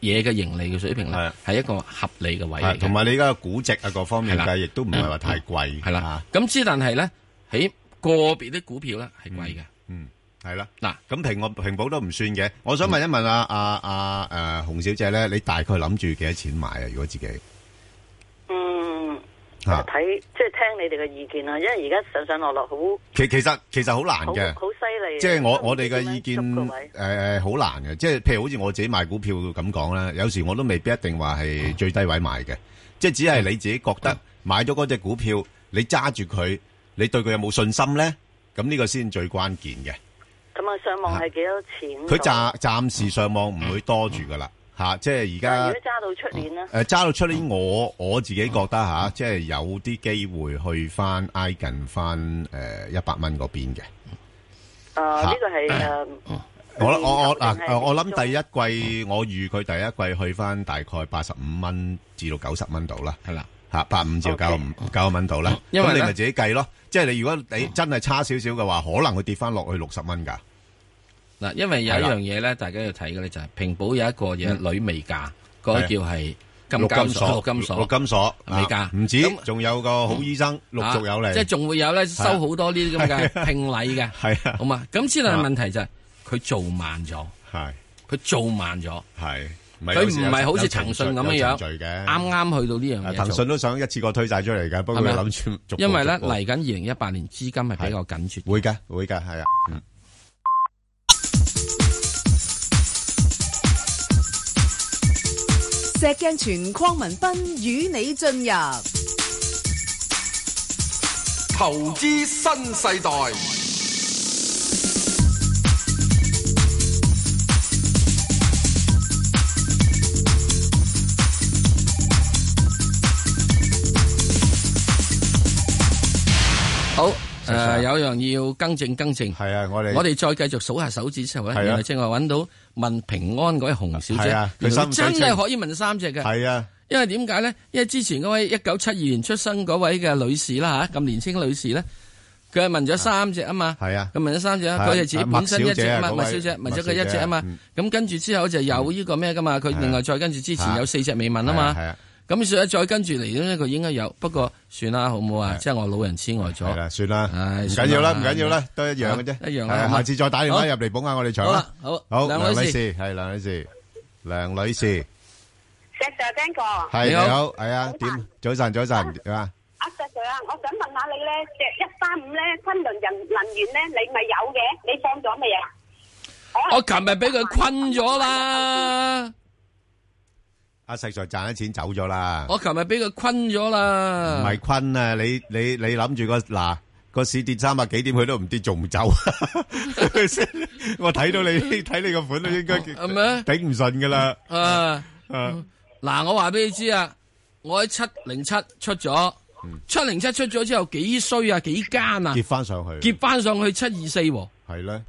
Speaker 2: 嘢嘅盈利嘅水平
Speaker 1: 係
Speaker 2: 咧
Speaker 1: 啊，
Speaker 2: 係一個合理嘅位嚟
Speaker 1: 係
Speaker 2: 嘅
Speaker 1: 同埋你而家嘅估值啊，各方面
Speaker 2: 啊係啦嗯
Speaker 1: 計，亦都唔係話太貴，
Speaker 2: 係啦
Speaker 1: 啊，。
Speaker 2: 咁之但係咧，喺個別啲股票咧係貴嘅。
Speaker 1: 嗯，係啦。
Speaker 2: 嗱，
Speaker 1: 咁平我平保都唔算嘅。我想問一問啊啊啊诶，洪小姐咧，你大概諗住幾多錢買啊？如果自己
Speaker 9: 嗯，
Speaker 1: 吓，啊
Speaker 9: 睇即係聽你哋嘅意見啦，因為而家上上落落好
Speaker 1: 其其實其實好難
Speaker 9: 好
Speaker 1: 嘅。
Speaker 2: 啊
Speaker 9: 好犀利。
Speaker 1: 即係我
Speaker 9: 都
Speaker 1: 我
Speaker 9: 唔知
Speaker 1: 哋嘅
Speaker 9: 點樣
Speaker 1: 意見
Speaker 9: 捉
Speaker 1: 誒
Speaker 9: 個位
Speaker 1: 誒好難嘅，即係譬如好似我自己買股票咁講啦，有時我都未必一定話係最低位買嘅，即係只係你自己覺得買咗嗰只股票，你揸住佢，你對佢有冇信心咧？咁呢個先最關鍵嘅。
Speaker 9: 咁啊，上望係幾多錢？
Speaker 1: 佢暫暫時上網唔會多住噶啦嚇，即係而
Speaker 9: 但係如果
Speaker 1: 家
Speaker 9: 揸到出年咧，
Speaker 1: 誒呃揸到出年，我我自己覺得嚇、即係有啲機會去翻挨近翻誒一百蚊嗰邊嘅。
Speaker 9: 啊
Speaker 1: 嚇
Speaker 9: 呢個係誒
Speaker 1: 嗯我我
Speaker 7: [laughs]
Speaker 1: 我
Speaker 9: 定係
Speaker 1: 嗱，誒我諗
Speaker 9: 中
Speaker 1: 第一季我預佢第一季去翻大概八十五蚊至到九十蚊度啦，
Speaker 2: 係啦，哦
Speaker 1: 嚇八五至到九五九蚊度啦。
Speaker 2: 因為
Speaker 1: 咁你
Speaker 2: 呢
Speaker 1: 咪自己計咯，即係你如果你真係差少少嘅話，可能會跌翻落去六十蚊㗎。
Speaker 2: 嗱，因為有
Speaker 1: 係
Speaker 2: 一
Speaker 1: 啦
Speaker 2: 樣嘢咧，大家要睇嘅咧就係平保有一個嘢女微價，嗰個
Speaker 1: 係啊
Speaker 2: 叫係金交所、陸金所
Speaker 1: 六。金所，
Speaker 2: 美價
Speaker 1: 啊唔止
Speaker 2: 咁，
Speaker 1: 仲有個好醫生陸續有
Speaker 2: 啊
Speaker 1: 嚟，
Speaker 2: 即係仲會有咧收好多呢啲咁嘅 [laughs] 聘禮
Speaker 1: [laughs]
Speaker 2: 嘅，
Speaker 1: 係啊
Speaker 2: 好嘛？咁之但係問題就係佢做慢咗，
Speaker 1: 係
Speaker 2: 佢做慢咗，
Speaker 1: 係，
Speaker 2: 佢
Speaker 1: 有
Speaker 2: 唔
Speaker 1: 時
Speaker 2: 係好似
Speaker 1: 有
Speaker 2: 騰
Speaker 1: 程序
Speaker 2: 訊咁
Speaker 1: 有
Speaker 2: 樣樣，
Speaker 1: 程序嘅
Speaker 2: 啱啱去到呢樣
Speaker 1: 啊
Speaker 2: 嘢
Speaker 1: 騰
Speaker 2: 做
Speaker 1: 訊，都想一次過推晒出嚟㗎，不過
Speaker 2: 係咪
Speaker 1: 佢
Speaker 2: 啊
Speaker 1: 諗住逐步
Speaker 2: 因為咧
Speaker 1: 逐步
Speaker 2: 嚟緊二零一八年資金係比較緊缺。
Speaker 1: 會㗎會㗎係啊，嗯
Speaker 3: 石鏡泉匡文斌與你進入
Speaker 4: 投資新世代，
Speaker 2: 好，誒有樣要更正更正。
Speaker 1: 係啊，我哋
Speaker 2: 我哋再繼續數下手指之後咧，
Speaker 1: 係啊
Speaker 2: 原來正話揾到問平安嗰位洪小姐
Speaker 1: 係啊，佢
Speaker 2: 原來
Speaker 1: 心水
Speaker 2: 真係
Speaker 1: 清
Speaker 2: 可以問三隻嘅。
Speaker 1: 係啊。
Speaker 2: 因為點解咧？因為之前嗰位一九七二年出生嗰位嘅女士啦吓，咁年輕女士咧，佢係問咗三隻啊嘛，
Speaker 1: 係啊
Speaker 2: 佢問咗三隻啊，
Speaker 1: 係啊
Speaker 2: 佢係自己本身一隻啊嘛，
Speaker 1: 麥
Speaker 2: 麥小
Speaker 1: 小姐
Speaker 2: 姐
Speaker 1: 啊
Speaker 2: 問咗
Speaker 1: 嗰位
Speaker 2: 佢一隻啊嘛
Speaker 1: 麥小姐，
Speaker 2: 咁跟住之後就有呢個咩噶嘛，佢
Speaker 1: 係啊
Speaker 2: 另外再跟住之前有四隻未問
Speaker 1: 係
Speaker 2: 啊
Speaker 1: 啊係
Speaker 2: 嘛
Speaker 1: 啊，
Speaker 2: 咁所以再跟住嚟咧，佢應該有，不過算啦，好唔好啊？
Speaker 1: 係
Speaker 2: 即係我老人痴呆
Speaker 1: 係
Speaker 2: 咗
Speaker 1: 啦，，算啦，
Speaker 2: 唉
Speaker 1: 唔緊要啦，唔
Speaker 2: 算啦
Speaker 1: 緊要啦，都一樣嘅啫，
Speaker 2: 一樣啦
Speaker 1: 係
Speaker 2: 好嘛
Speaker 1: 下次再打電
Speaker 2: 好
Speaker 1: 話入嚟捧下我哋場
Speaker 2: 好
Speaker 1: 啦
Speaker 2: 啦。，好，
Speaker 1: 好，
Speaker 2: 兩
Speaker 1: 梁
Speaker 2: 位
Speaker 1: 女
Speaker 2: 士，
Speaker 1: 士係梁女士，梁女士
Speaker 8: 石 Sir 聽過，阿
Speaker 1: 係
Speaker 2: 你
Speaker 1: 你
Speaker 2: 好
Speaker 1: 好，係啊，點？早晨，早晨，點啊？
Speaker 8: 石 Sir 啊，我想問下你咧，隻一三五咧，昆侖人能源咧，你咪有嘅，你放咗未
Speaker 10: à.
Speaker 8: 啊？
Speaker 1: [laughs]
Speaker 2: 我琴日俾佢困咗啦，
Speaker 1: 阿石 Sir 賺咗錢走咗啦。
Speaker 2: 我琴日俾佢困咗啦，哦
Speaker 1: 唔係坤啊！你你你谂住個嗱個市跌三百幾點，佢都唔跌，仲唔走？ [laughs] 我睇到
Speaker 2: [laughs]
Speaker 1: 你睇你個款都應該
Speaker 2: 係咩？
Speaker 1: 頂唔順噶啦。
Speaker 2: 啊，
Speaker 1: 啊
Speaker 2: 嗱，我話俾你知啊，我喺七零七出咗，
Speaker 1: 嗯
Speaker 2: 七零七出咗之後幾衰啊，幾奸啊
Speaker 1: 跌，翻上去，
Speaker 2: 結翻上去七二四喎，
Speaker 1: 係咧，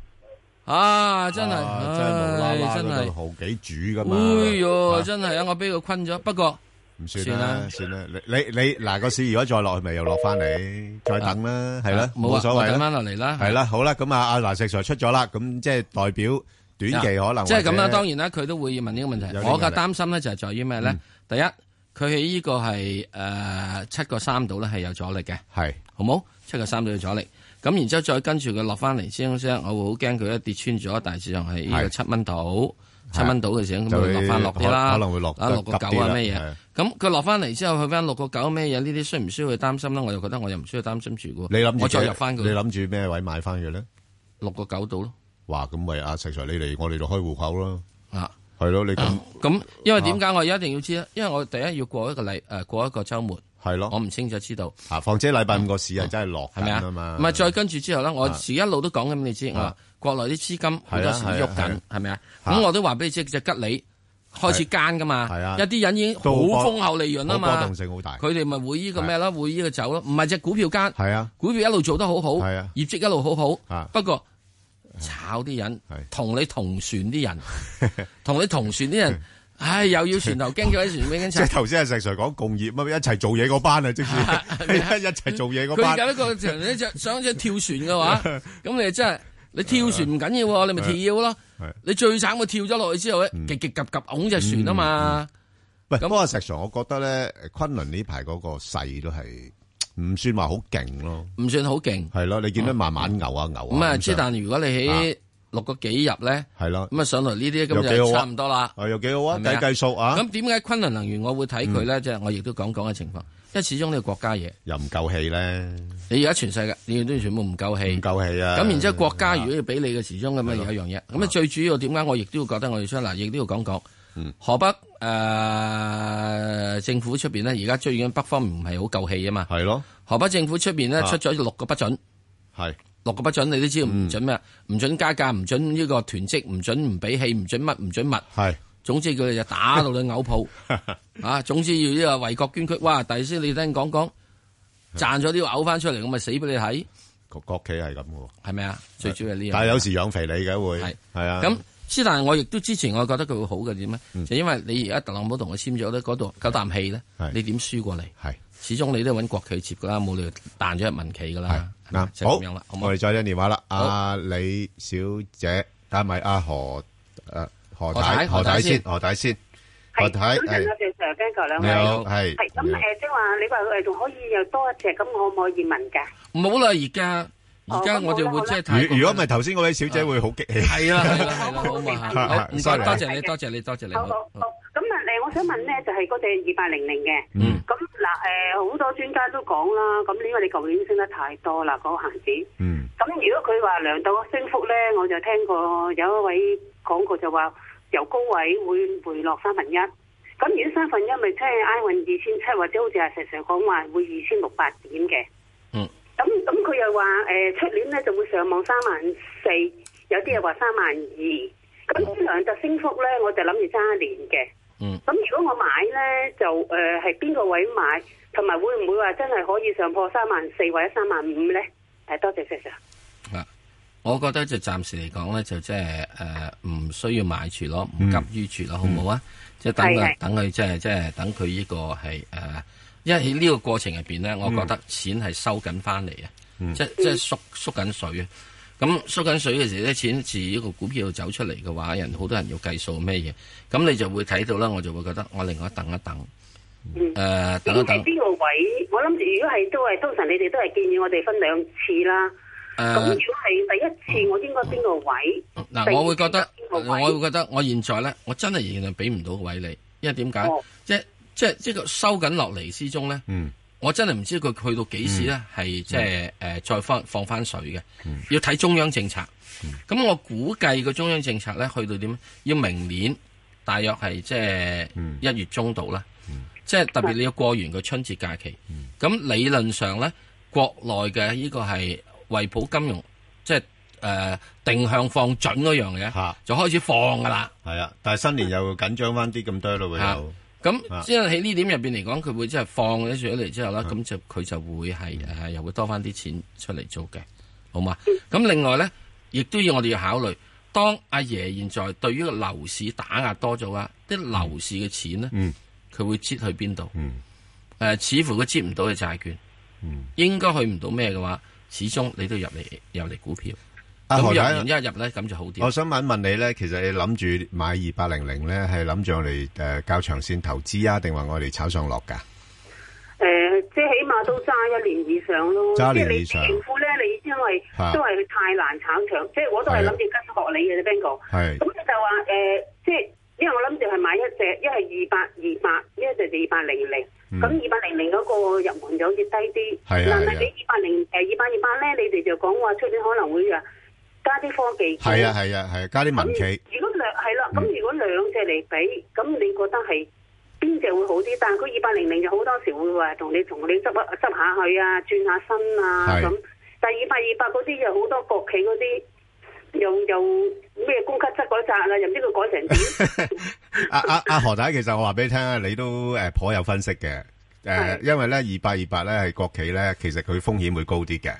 Speaker 2: 啊，真係，
Speaker 1: 啊真係無啦啦
Speaker 2: 唉真
Speaker 1: 嗰度
Speaker 2: 係，
Speaker 1: 好幾主噶嘛。
Speaker 2: 哎
Speaker 1: 啊
Speaker 2: 哟，真係啊，我俾佢困咗，不過。
Speaker 1: 唔算啦，算
Speaker 2: 算
Speaker 1: 啦。你你你嗱個市如果再落去，咪又落翻嚟，再等啦，係啦，
Speaker 2: 冇
Speaker 1: 冇
Speaker 2: 啊
Speaker 1: 所
Speaker 2: 我
Speaker 1: 謂
Speaker 2: 等
Speaker 1: 啦，
Speaker 2: 翻落嚟啦，
Speaker 1: 係啦，好啦，咁啊，阿嗱石 Sir 出咗啦，咁即係代表短期可能
Speaker 2: 即係咁啦。當
Speaker 1: 然
Speaker 2: 然啦，佢都會問呢個問題。
Speaker 1: 有啲嗯
Speaker 2: 我嘅
Speaker 1: 壓力
Speaker 2: 擔心咧就係在於咩咧？第一，佢喺呢個係誒七個三度咧係有阻力嘅，
Speaker 1: 係
Speaker 2: 好冇？七個三度有阻力。咁然之後再跟住佢落翻嚟之後咧，我會好驚佢一跌穿咗，大致上係呢個
Speaker 1: 係
Speaker 2: 七蚊度。七
Speaker 1: 係
Speaker 2: 蚊到嘅時候，咁
Speaker 1: 就
Speaker 2: 佢
Speaker 1: 會
Speaker 2: 落翻落啲啦，
Speaker 1: 可可能會落
Speaker 2: 啊
Speaker 1: 得
Speaker 2: 六個
Speaker 1: 急
Speaker 2: 九
Speaker 1: 啲啦
Speaker 2: 啊咩
Speaker 1: 係
Speaker 2: 嘢？咁佢落翻嚟之後，去翻六個九咩嘢？呢啲需唔需要去擔心咧？我又覺得我又唔需要擔心住嘅喎。
Speaker 1: 你諗住
Speaker 2: 我再入翻
Speaker 1: 你
Speaker 2: 佢
Speaker 1: 諗住咩位買翻佢咧？
Speaker 2: 六個九度咯，
Speaker 1: 哇，咁咪阿石 Sir 你嚟我哋度開户口咯，
Speaker 2: 啊！
Speaker 1: 係咯，你咁
Speaker 2: 咁因
Speaker 1: 啊
Speaker 2: 為點解我一定要知咧？因為我第一要過一個禮誒過一個週末，
Speaker 1: 係咯
Speaker 2: 我，唔清楚知道
Speaker 1: 啊，況且禮拜五個市係真係落
Speaker 2: 係咪
Speaker 1: 緊
Speaker 2: 啊
Speaker 1: 哦啊嘛，
Speaker 2: 唔係再跟住之後咧，我
Speaker 1: 啊
Speaker 2: 自己一路都講緊俾你知，我話國內啲資金好多時都喐
Speaker 1: 係啊係啊
Speaker 2: 緊，係咪啊？
Speaker 1: 嚇
Speaker 2: 咁我都話俾你知，只吉利開始奸噶嘛，
Speaker 1: 係啊
Speaker 2: 一啲人已經好
Speaker 1: 都好波
Speaker 2: 豐厚利潤啊
Speaker 1: 好波
Speaker 2: 嘛
Speaker 1: 動，性好大，
Speaker 2: 佢哋咪會呢個咩咯？會呢個走咯，唔係只股票奸，
Speaker 1: 係啊，
Speaker 2: 股票一路做得好好，
Speaker 1: 係啊
Speaker 2: 業績一路好
Speaker 1: 啊
Speaker 2: 好，不過炒啲人
Speaker 1: 係
Speaker 2: 同你同船啲人，
Speaker 1: [laughs]
Speaker 2: 同你同船啲人，唉又要船頭驚叫喺船尾驚
Speaker 1: 即係頭先阿石 Sir 講共業乜一齊做嘢嗰班啊，
Speaker 2: [laughs]
Speaker 1: 即使一齊做嘢嗰
Speaker 2: 佢而
Speaker 1: 班
Speaker 2: 家。呢個人咧就 [laughs] 想只跳船嘅
Speaker 1: [laughs]
Speaker 2: 話，咁你真係你跳船唔緊要喎，你咪跳咯
Speaker 1: 啊係。嗯
Speaker 2: 你最慘咪跳咗落去之後咧，極極及及拱只船啊嘛。
Speaker 1: 喂，
Speaker 2: 咁
Speaker 1: 咁啊，石 Sir，我覺得咧，昆侖呢排嗰個勢都係唔算話好勁咯，
Speaker 2: 唔算好勁。
Speaker 1: 係咯，你見到慢慢牛啊牛啊
Speaker 2: 咁
Speaker 1: 嗯
Speaker 2: 啊，
Speaker 1: 咁
Speaker 2: 之
Speaker 1: 上
Speaker 2: 但如果你喺六個幾入咧，
Speaker 1: 係咯，
Speaker 2: 咁啊上嚟呢啲
Speaker 1: 又
Speaker 2: 咁
Speaker 1: 幾好
Speaker 2: 就
Speaker 1: 啊
Speaker 2: 差唔多啦。
Speaker 1: 啊又幾好啊，
Speaker 2: 係咪
Speaker 1: 計
Speaker 2: 啊
Speaker 1: 計數啊，嗯
Speaker 2: 咁點解昆侖能源我會睇佢咧？即係我亦都講講嘅情況，因為始終呢個國家嘢，
Speaker 1: 又唔夠氣咧，
Speaker 2: 你而家全世界你都全部唔夠氣
Speaker 1: 唔。夠氣啊，
Speaker 2: 咁然之後國家如果要俾你嘅時鐘咁啊有一樣嘢，咁啊最主要點解我亦都要覺得我哋出嗱，亦都要講講
Speaker 1: 嗯
Speaker 2: 河北誒政府出邊呢，而家最緊北方唔係好夠氣啊嘛，
Speaker 1: 係咯，
Speaker 2: 河北政府出邊呢，
Speaker 1: 啊
Speaker 2: 出咗六個不準，
Speaker 1: 係
Speaker 2: 六個不準你都知道
Speaker 1: 嗯
Speaker 2: 唔準咩，啊唔準加價，唔準呢個囤積，唔準唔俾氣，唔準乜，唔準物。
Speaker 1: 係
Speaker 2: 總之佢哋就打到你
Speaker 1: [laughs]
Speaker 2: 嘔泡啊！總之要呢個為國捐軀，哇！第先你聽講講賺咗啲嘔翻出嚟，咁咪死俾你睇，
Speaker 1: 個國企係咁嘅喎，
Speaker 2: 係咪啊？最主要係呢樣嘢。
Speaker 1: 但係有時養肥你嘅會
Speaker 2: 係
Speaker 1: 係啊，嗯
Speaker 2: 咁之但係我亦都之前我覺得佢會好嘅點咧，就因為你而家特朗普同佢簽咗咧嗰度九啖氣咧
Speaker 1: 係，
Speaker 2: 你點輸過嚟？
Speaker 1: 係
Speaker 2: 始終你都係揾國企接噶啦，冇理由彈咗入民企噶
Speaker 1: 係
Speaker 2: 啦，係咪啊
Speaker 1: 啱
Speaker 2: 就係咁樣啦，
Speaker 1: 好，
Speaker 2: 好唔
Speaker 1: 我
Speaker 2: 好？
Speaker 1: 哋再聽電話啦，
Speaker 2: 好
Speaker 1: 阿李小姐，啊唔係阿何誒何
Speaker 2: 何
Speaker 1: 太
Speaker 2: 太
Speaker 1: 何
Speaker 2: 何
Speaker 1: 太
Speaker 2: 太
Speaker 1: 先
Speaker 2: 先
Speaker 1: 何太先何
Speaker 10: 係
Speaker 1: 太
Speaker 10: 咁
Speaker 1: 係
Speaker 10: 就謝 Sir 跟佢兩
Speaker 1: 你
Speaker 10: 位。
Speaker 1: 好
Speaker 2: 好
Speaker 1: 係
Speaker 10: 係咁
Speaker 1: 你好
Speaker 10: 誒，即係話你話誒仲可以又多一隻，咁我可唔可以問㗎？
Speaker 2: 唔好啦，而家而家
Speaker 10: 哦咁
Speaker 2: 我哋
Speaker 10: 好啦
Speaker 2: 會即係太過
Speaker 1: 如如果唔係頭先嗰位小姐會好激氣，
Speaker 2: 係啦係啦係啦，好嘛，
Speaker 1: [laughs] 好
Speaker 10: 好
Speaker 2: 好唔該，
Speaker 1: sorry
Speaker 2: 多謝你，多謝你，多謝你，
Speaker 10: 好好好。咁啊誒，我想問咧，就係嗰隻二八零零嘅。
Speaker 1: 嗯。
Speaker 10: 咁嗱誒，好多專家都講啦，咁因為你舊年升得太多啦，嗰個恆指。
Speaker 1: 嗯
Speaker 10: 咁如果佢話量度個升幅咧，我就聽過有一位講過就話由高位會回落三分一。咁如果三分一咪即係挨運二千七，或者好似阿石 Sir 講話會二千六百點嘅。
Speaker 2: 嗯。
Speaker 10: 咁咁佢又話誒出年咧就會上望三萬四，有啲又話三萬二。咁呢兩隻升幅咧，我就諗住揸一年嘅。
Speaker 2: 嗯。
Speaker 10: 咁如果我買咧，就誒係邊個位買，同埋會唔會話真係可以上破三萬四或者三萬五咧？誒，多謝石 Sir。
Speaker 2: 啊，我覺得就暫時嚟講咧，就即係誒唔需要買住咯，唔急於住咯，好唔好啊？即係等
Speaker 10: 係
Speaker 2: 佢
Speaker 10: 係
Speaker 2: 等佢即係即係等佢呢個係誒，因為喺呢個過程入邊咧，我覺得錢係收緊翻嚟啊，即係即係縮縮緊水啊。咁縮緊水嘅時咧，錢自呢個股票走出嚟嘅話，人好多人要計數咩嘢，咁你就會睇到啦。我就會覺得我另外等一等，
Speaker 10: 嗯
Speaker 2: 誒、等一
Speaker 10: 咁係
Speaker 2: 等。
Speaker 10: 邊個位？我諗住如果係都係通常你哋都係建議我哋分兩次啦。
Speaker 1: 啊
Speaker 10: 咁、
Speaker 2: 誒
Speaker 10: 如果係第一次，我應該邊個位？
Speaker 2: 嗯嗱，我會覺得，
Speaker 10: 第
Speaker 2: 我
Speaker 10: 二次邊個位
Speaker 2: 會覺得，我現在咧，我真係仍然係俾唔到位你，因為點解
Speaker 10: 哦？
Speaker 2: 即即即個收緊落嚟之中咧，
Speaker 1: 嗯
Speaker 2: 我真係唔知佢去到幾時咧，係即係誒再翻放翻水嘅，要睇中央政策。咁我估計個中央政策咧，去到點咧？要明年大約係即係一月中度啦。即係特別你要過完個春節假期，咁理論上咧，國內嘅呢個係惠普金融即係誒定向放準嗰樣嘢，就開始放噶啦。
Speaker 1: 系啊，但系新年又緊張翻啲咁多咯，會
Speaker 2: 啊
Speaker 1: 有啊啊
Speaker 2: 咁即係喺呢點入邊嚟講，佢會即係放咗出嚟之後啦，咁就佢就會係誒又會多翻啲錢出嚟做嘅，好嘛？咁另外咧，亦都要我哋要考慮，當阿爺現在對於個樓市打壓多咗啊，啲樓市嘅錢咧，
Speaker 1: 嗯
Speaker 2: 佢會擠去邊度？誒，似乎佢擠唔到嘅債券，
Speaker 1: 嗯
Speaker 2: 應該去唔到咩嘅話，始終你都入嚟入嚟股票。
Speaker 1: 啊
Speaker 2: 咁
Speaker 1: 何
Speaker 2: 若
Speaker 1: 太
Speaker 2: 然一入咧，咁就好
Speaker 1: 我
Speaker 2: 啲。
Speaker 1: 想問一問你咧，其實你諗住買二八零零咧，係諗住我嚟诶較長線投資啊，定話我哋炒上落㗎？
Speaker 10: 诶、即係起碼都揸一年以上咯。
Speaker 1: 嗯揸一
Speaker 10: 即
Speaker 1: 年
Speaker 10: 係
Speaker 1: 以
Speaker 10: 你
Speaker 1: 上
Speaker 10: 政府咧，你因為
Speaker 1: 嚇啊
Speaker 10: 都係太難炒長，即係我都係諗住跟學你嘅啫，Ben 哥。
Speaker 1: 係
Speaker 10: 咁就話誒、呃即係因為我諗住係買一隻，一係二八二八，一隻就二八零零。咁二八零零嗰個入門就好似低啲，
Speaker 1: 嗯係啊係啊
Speaker 10: 嗱你二八零誒二八二八咧，你哋就講話出年可能會啊加啲科技股。
Speaker 1: 係啊係啊係啊，加啲民企。
Speaker 10: 如果兩係啦，咁如果兩隻嚟比，咁你覺得係邊隻會好啲？但係佢二八零零就好多時會話同你同你執一執下佢啊，轉下身啊
Speaker 1: 係
Speaker 10: 咁。但係二八二八嗰啲又好多國企嗰啲，又又咩供給側嗰扎啦，又唔知佢改成點。
Speaker 1: 啊啊啊何太，其實我話俾你聽啊，你都诶颇有分析嘅。诶、因為咧二八二八咧係國企咧，其實佢風險會高啲嘅，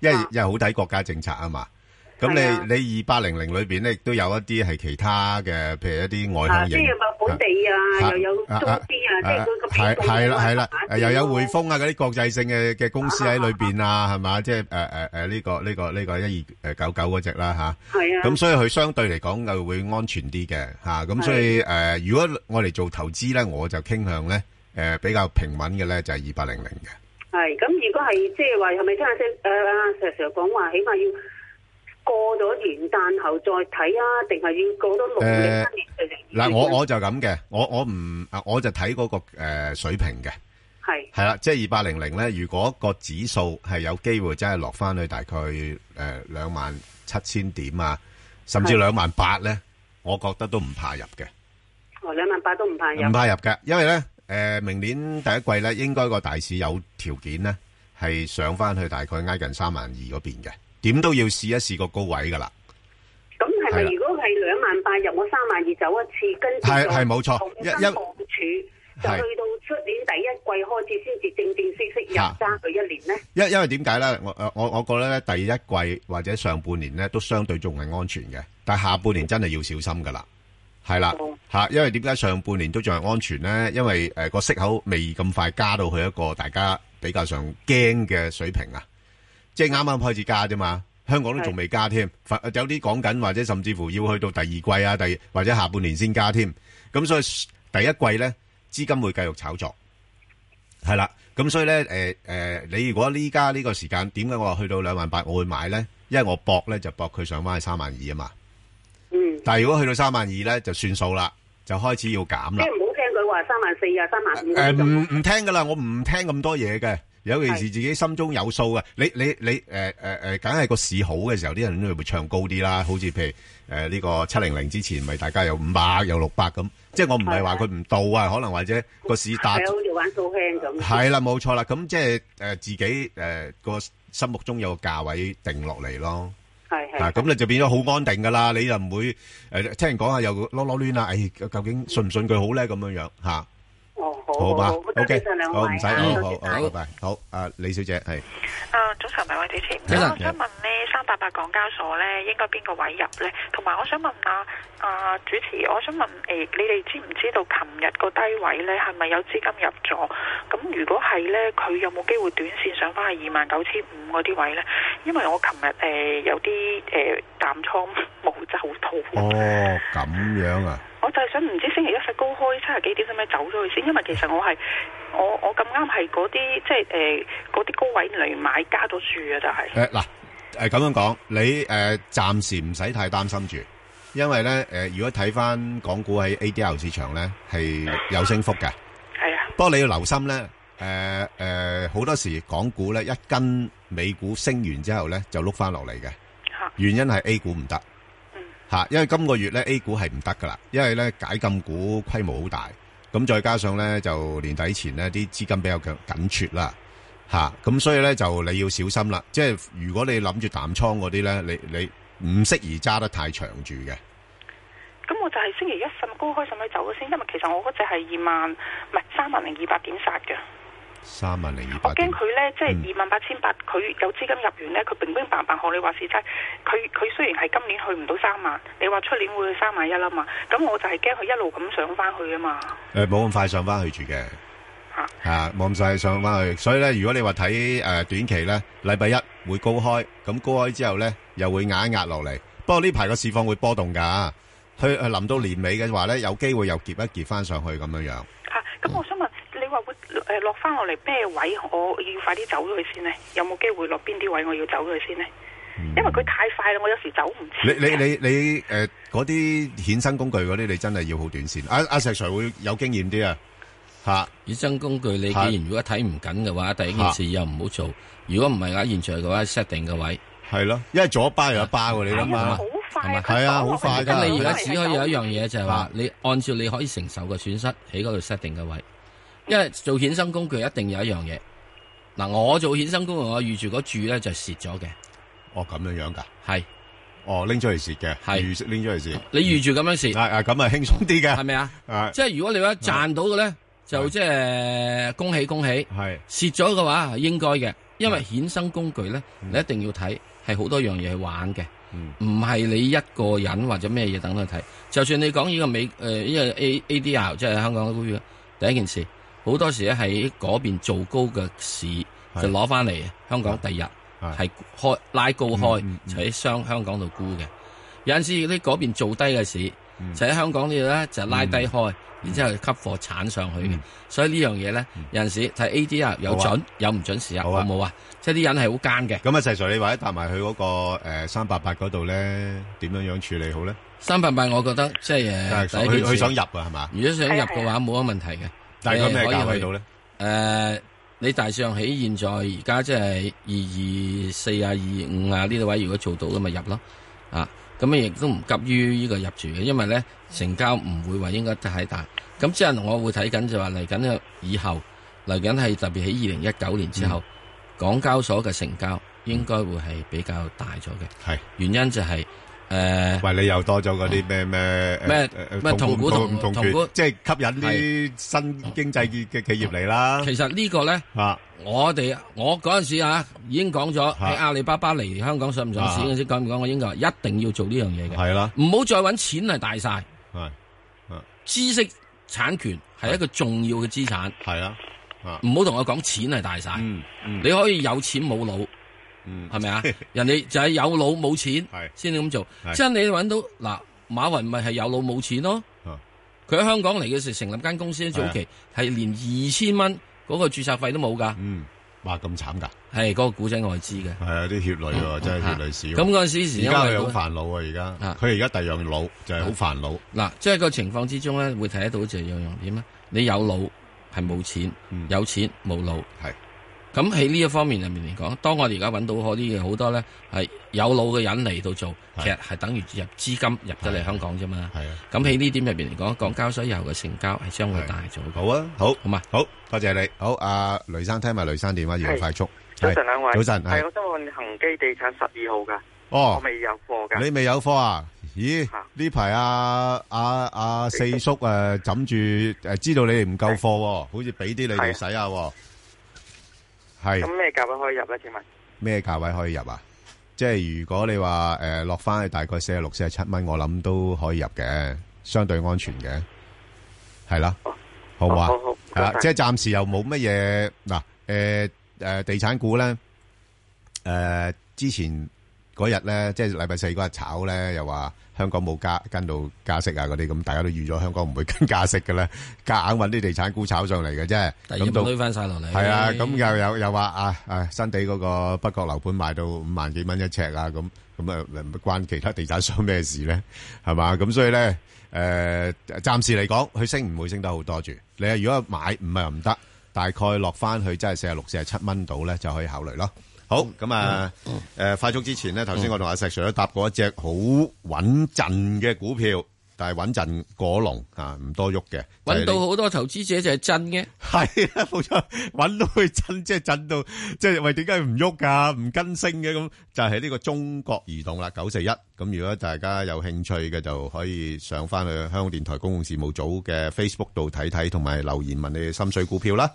Speaker 1: 因為因为好睇國家政策啊嘛。咁你你二八零零裏边咧，亦都有一啲係其他嘅，譬如一啲外
Speaker 10: 啊，
Speaker 1: 向
Speaker 10: 即
Speaker 1: 型。
Speaker 10: 係話本地啊，又有中資啊，即係佢個比
Speaker 1: 係-
Speaker 10: 重
Speaker 1: 係啦，
Speaker 10: 啊
Speaker 1: 係啦，誒，又有匯豐啊，嗰啲國際性嘅-嘅公司喺裏邊啊，係嘛？即係，誒，誒，誒，呢個-呢個-呢個1299嗰隻啦，吓。
Speaker 10: 係啊。
Speaker 1: 咁所以佢相對嚟講，佢會安全啲嘅，吓。咁
Speaker 10: 係。
Speaker 1: 所以，誒，如果我哋做投資呢，我就傾向呢，誒，比較平穩嘅呢，就係2800嘅。
Speaker 10: 係咁，如果係即係話係咪聽阿 Sir 誒阿 Sir Sir 講話，起碼要過咗元旦後再睇啊，定係要過咗農曆
Speaker 1: 誒
Speaker 10: 新年就嚟？
Speaker 1: 呃嗱，我-我就咁嘅，我-我唔-我就睇嗰個，誒，水平嘅。
Speaker 10: 係
Speaker 1: 系啦，即系二八零零咧，如果個指數係有機會真係落翻去大概诶两万七千點啊，甚至
Speaker 10: 係
Speaker 1: 兩萬八咧，我覺得都唔怕入嘅，
Speaker 10: 哦兩萬八都唔怕入。
Speaker 1: 唔怕入嘅，因為咧诶、呃明年第一季咧，應該個大市有條件咧係上翻去大概挨近三萬二嗰邊嘅，點都要試一試個高位噶啦，
Speaker 10: 咁係
Speaker 1: 係啦
Speaker 10: 咪如果係兩萬八入，我三萬二走一次，跟住
Speaker 1: 係
Speaker 10: 再
Speaker 1: 係冇錯
Speaker 10: 重
Speaker 1: 一
Speaker 10: 新
Speaker 1: 因
Speaker 10: 部署，就
Speaker 1: 係
Speaker 10: 去到出年第一季開始先至正正式式入
Speaker 1: 嚇
Speaker 10: 揸佢一年咧？
Speaker 1: 因因為點解咧？我我我覺得咧第一季或者上半年咧都相對仲係安全嘅，但係下半年真係要小心噶啦，係啦嚇，因為點解上半年都仲係安全咧？因為誒個、息口未咁快加到去一個大家比較上驚嘅水平啊，即係啱啱開始加啫嘛。香港都仲未加添，反有啲講緊或者甚至乎要去到第二季啊，第或者下半年先加添。咁所以第一季咧資金會繼續炒作。系啦，咁所以咧，诶、诶、你如果呢家呢個時間點解我話去到兩萬八我會買咧？因為我搏咧就搏佢上翻去三萬二啊嘛。
Speaker 10: 嗯。
Speaker 1: 但系如果去到三萬二咧，就算數啦，就開始要減
Speaker 10: 即
Speaker 1: 啦
Speaker 10: 係。唔好聽佢話三萬四啊，三萬五
Speaker 1: 诶、
Speaker 10: 嗰啲就
Speaker 1: 唔唔听噶啦，我唔聽咁多嘢嘅，尤其是自己心中有數嘅。你你你，诶诶诶，誒梗係個市好嘅時候，啲人都會唱高啲啦。好似譬如诶呢個七零零之前，咪大家有五百有六百咁。即係我唔係話佢唔到啊，可能或者個市打
Speaker 10: 係好似玩數輕咁。
Speaker 1: 系啦，冇錯啦，咁即係诶自己诶个心目中有個價位定落嚟咯。
Speaker 10: 係係。
Speaker 1: 嗱，咁你就變咗好安定噶啦，你就唔會诶听人講下又攞攞攣啦，诶究竟信唔信佢好咧咁樣樣吓，
Speaker 10: 哦，好
Speaker 1: 好嘛
Speaker 10: 好多謝
Speaker 1: ？OK，
Speaker 10: 晒兩位
Speaker 1: 好唔使，
Speaker 10: 啊
Speaker 1: 好好
Speaker 10: 多謝
Speaker 1: 好，拜
Speaker 10: 晒
Speaker 1: 拜，好啊，李小姐係
Speaker 11: 啊，早晨，兩位主持。
Speaker 1: 早晨
Speaker 11: 我想問呢，三八八港交所呢應該邊個位入呢？同埋我想問啊，啊主持，我想問誒、呃你哋知唔知道琴日個低位呢係咪有資金入咗？咁如果係呢，佢有冇機會短線上翻去二萬九千五嗰啲位呢？因為我琴日誒有啲誒、淡倉冇走到，
Speaker 1: 哦，咁樣啊，
Speaker 11: 我就係想唔知星期一發高開七十幾點，使唔使走咗去先？因為其實我係我我咁啱係嗰啲即係誒嗰啲高位嚟買加咗注啊，就係、
Speaker 1: 诶嗱诶咁樣講，你诶暂时唔使太擔心住，因為咧诶如果睇翻港股喺 ADR 市場咧係有升幅嘅。
Speaker 11: 係啊。
Speaker 1: 不過你要留心咧，誒、誒，好、多時港股咧一跟美股升完之後咧，就碌翻落嚟嘅。原因係 A 股唔得，吓，因為今個月咧 A 股係唔得噶啦，因為咧解禁股規模好大，咁再加上咧就年底前呢啲資金比較緊緊缺啦，吓，咁所以咧就你要小心啦，即係如果你諗住淡倉嗰啲咧，你你唔適宜揸得太長住嘅，
Speaker 11: 咁我就係星期一甚高開甚去走咗先，因為其實我嗰只係二萬唔係三萬零二百點殺嘅。
Speaker 1: 三萬零二
Speaker 11: 我
Speaker 1: 百
Speaker 11: 驚
Speaker 1: 點。
Speaker 11: 佢咧，即係二萬八千八，佢有資金入完咧，佢乒乒乓乓學你話事齋。佢佢雖然係今年去唔到三萬，你話出年會去三萬一啦嘛。咁我就係驚佢一路咁上翻去啊嘛。
Speaker 1: 诶，冇咁快上翻去住嘅，吓冇咁快上翻去，所以咧，如果你話睇诶短期咧，禮拜一會高開，咁高開之後咧，又會壓一壓落嚟。不過呢排個市況會波動㗎，去去臨到年尾嘅話咧，有機會又結一結翻上去咁樣樣。
Speaker 11: 嚇、啊咁我想問你話會誒落翻落嚟咩位？我要快啲走咗佢先呢？有冇機會落邊啲位我要走咗佢先呢？因為佢太快啦，我有時走唔
Speaker 1: 你你你你诶，嗰啲衍生工具嗰啲，你真係要好短線。阿、阿石 Sir 會有經驗啲啊，吓、
Speaker 2: 衍生工具你既
Speaker 1: 係
Speaker 2: 然如果睇唔緊嘅話，第一件事又唔好做。如果唔係嘅話，現在嘅話 set 定個位。
Speaker 1: 系咯，因為左巴右巴喎，你諗下，
Speaker 11: 快
Speaker 1: 係啊，好快㗎。
Speaker 2: 咁你而家只可以有一樣嘢就係話，你按照你可以承受嘅損失喺嗰度 set 定嘅位，因為做衍生工具一定有一樣嘢。嗱，我做衍生工具，我預住嗰注咧就蝕咗嘅。
Speaker 1: 哦，咁樣樣㗎。
Speaker 2: 係。
Speaker 1: 哦，拎出嚟蝕嘅。係。拎出嚟蝕。
Speaker 2: 你預住咁樣蝕。
Speaker 1: 啊啊，咁啊輕鬆啲嘅。
Speaker 2: 係咪啊？
Speaker 1: 啊。
Speaker 2: 即係如果你話賺到嘅咧，就即係恭喜恭喜。
Speaker 1: 係
Speaker 2: 蝕咗嘅話係應該嘅，因為衍生工具咧，你一定要睇係好多樣嘢去玩嘅，唔係你一個人或者咩嘢等佢睇。就算你講呢個美誒呢個 A A D R 即係香港嘅股票，第一件事好多時咧喺嗰邊做高嘅市就攞翻嚟香港第日係嗯開拉高開，就喺商香港度沽嘅。有陣時呢嗰邊做低嘅市，就喺香港呢度咧就拉低開，然之後吸貨鏟上去嘅。所以呢樣嘢咧，有陣時睇 A D R 有
Speaker 1: 嗯好啊
Speaker 2: 準有唔準時啊，好冇啊？即係啲人係好奸嘅。
Speaker 1: 咁啊，石 Sir，你或者搭埋去嗰個誒三八八嗰度咧，點樣樣處理好咧？
Speaker 2: 三百八，我覺得即係
Speaker 1: 但
Speaker 2: 誒，
Speaker 1: 係
Speaker 2: 第一件
Speaker 1: 佢
Speaker 2: 事
Speaker 1: 佢想入啊係嘛
Speaker 2: 如果想入嘅話，冇乜問題嘅。
Speaker 1: 但係佢咩
Speaker 2: 你可以
Speaker 1: 價位
Speaker 2: 去
Speaker 1: 到咧？
Speaker 2: 誒，呃你大上起現在而家即係二二四啊、二五啊呢啲位，如果做到咁咪入咯啊！咁亦都唔急於呢個入住嘅，因為咧成交唔會話應該太大。咁之後我會睇緊就話嚟緊嘅以後嚟緊係特別喺二零一九年之後，港交所嘅成交應該會係比較大咗嘅。
Speaker 1: 係
Speaker 2: 原因就係、呃 [laughs] 誒，
Speaker 1: 喂，你又多咗嗰啲咩呃咩
Speaker 2: 咩咩同股同
Speaker 1: 同
Speaker 2: 同股
Speaker 1: 權，
Speaker 2: 嗯
Speaker 1: 即係吸引啲新經濟嘅嘅企業嚟啦。
Speaker 2: 其實呢個咧，
Speaker 1: 啊，
Speaker 2: 我哋我嗰陣時啊，已經講咗喺阿里巴巴嚟香港上唔上市
Speaker 1: 啊
Speaker 2: 嗰陣時講唔講，我應該話一定要做呢樣嘢嘅。
Speaker 1: 係啦，
Speaker 2: 唔好再揾錢嚟大晒。
Speaker 1: 係，
Speaker 2: 知識產權係一個重要嘅資產。
Speaker 1: 係啊，
Speaker 2: 唔好同我講錢係大晒。
Speaker 1: 嗯
Speaker 2: 你可以有錢冇腦。
Speaker 1: 嗯，
Speaker 2: 係
Speaker 1: [laughs]
Speaker 2: 咪啊？人哋就係有腦冇錢，先至咁做。
Speaker 1: 係
Speaker 2: 即係你揾到嗱，馬雲咪係有腦冇錢咯。
Speaker 1: 啊
Speaker 2: 佢喺香港嚟嘅時成立間公司，早期係連二千蚊嗰個註冊費都冇㗎。
Speaker 1: 嗯，哇咁慘㗎！
Speaker 2: 係嗰個股仔外資嘅。
Speaker 1: 係啊，啲血淚喎，真係血淚史喎。
Speaker 2: 嗯咁嗰陣時
Speaker 1: 嗯
Speaker 2: 時
Speaker 1: 而家
Speaker 2: 因為
Speaker 1: 佢
Speaker 2: 嗰
Speaker 1: 好煩惱啊！而家佢而家第二樣腦就係好煩惱。
Speaker 2: 嗱，即係個情況之中咧，會睇得到就係樣樣點咧？你有腦係冇錢，
Speaker 1: 嗯
Speaker 2: 有錢冇腦。
Speaker 1: 係。
Speaker 2: 咁喺呢一方面入面嚟講，當我哋而家揾到嗰啲嘢好多咧，係有腦嘅人嚟到做，其實係等於入資金入咗嚟香港啫嘛。
Speaker 1: 係啊。
Speaker 2: 咁喺呢點入面嚟講，港交所以後嘅成交係將會大咗。
Speaker 1: 好啊，好，好嘛，好多謝你。好，阿雷生聽埋雷生電話，要
Speaker 12: 係
Speaker 1: 快速。
Speaker 12: 早
Speaker 1: 係
Speaker 12: 晨兩位，
Speaker 1: 早晨，
Speaker 12: 係
Speaker 1: 係
Speaker 12: 我想問恒基地產十二號噶，
Speaker 1: 哦
Speaker 12: 我未有貨噶，
Speaker 1: 你未有貨啊？咦，呢排阿阿阿四叔诶，枕住诶，知道你哋唔夠貨喎，好似俾啲你哋使下喎。係
Speaker 12: 咁咩價位可以入咧？請問
Speaker 1: 咩價位可以入啊？即係如果你話诶落翻去大概四十六、四十七蚊，我諗都可以入嘅，相對安全嘅，係啦，好唔好啊？
Speaker 12: 哦好好好
Speaker 1: 係啦
Speaker 12: 唔該晒
Speaker 1: 即係暫時又冇乜嘢嗱，诶诶，地產股咧。誒、之前嗰日咧，即係禮拜四嗰日炒咧，又話香港冇加跟到加息啊嗰啲，咁大家都預咗香港唔會跟加息嘅啦，夾硬揾啲地產股炒上嚟嘅啫。
Speaker 2: 第二日推翻晒落嚟
Speaker 1: 係啊，咁又又又話啊啊，新地嗰個北角樓盤賣到五萬幾蚊一尺啊，咁咁啊，關其他地產商咩事咧？係嘛？咁所以咧，誒、暫時嚟講，佢升唔會升得好多住。你啊，如果買唔係唔得，大概落翻去即係四十六、四十七蚊度咧，就可以考慮咯。好，咁啊，另外一隻呢，就係，呃，好，咁啊，诶，快速之前咧，頭先我同阿石 Sir 都答過一隻好穩陣嘅股票，但係穩陣果龍啊，唔多喐嘅，
Speaker 2: 揾
Speaker 1: 就
Speaker 2: 到
Speaker 1: 係
Speaker 2: 好多投資者就係真嘅，
Speaker 1: [laughs] 係啊，冇錯，揾到佢震，即係震到，即係喂點解唔喐㗎？唔跟升嘅咁，就係呢個中國移動啦，九四一。咁如果大家有興趣嘅，就可以上翻去香港電台公共事務組嘅 Facebook 度睇睇，同埋留言問你哋心水股票啦。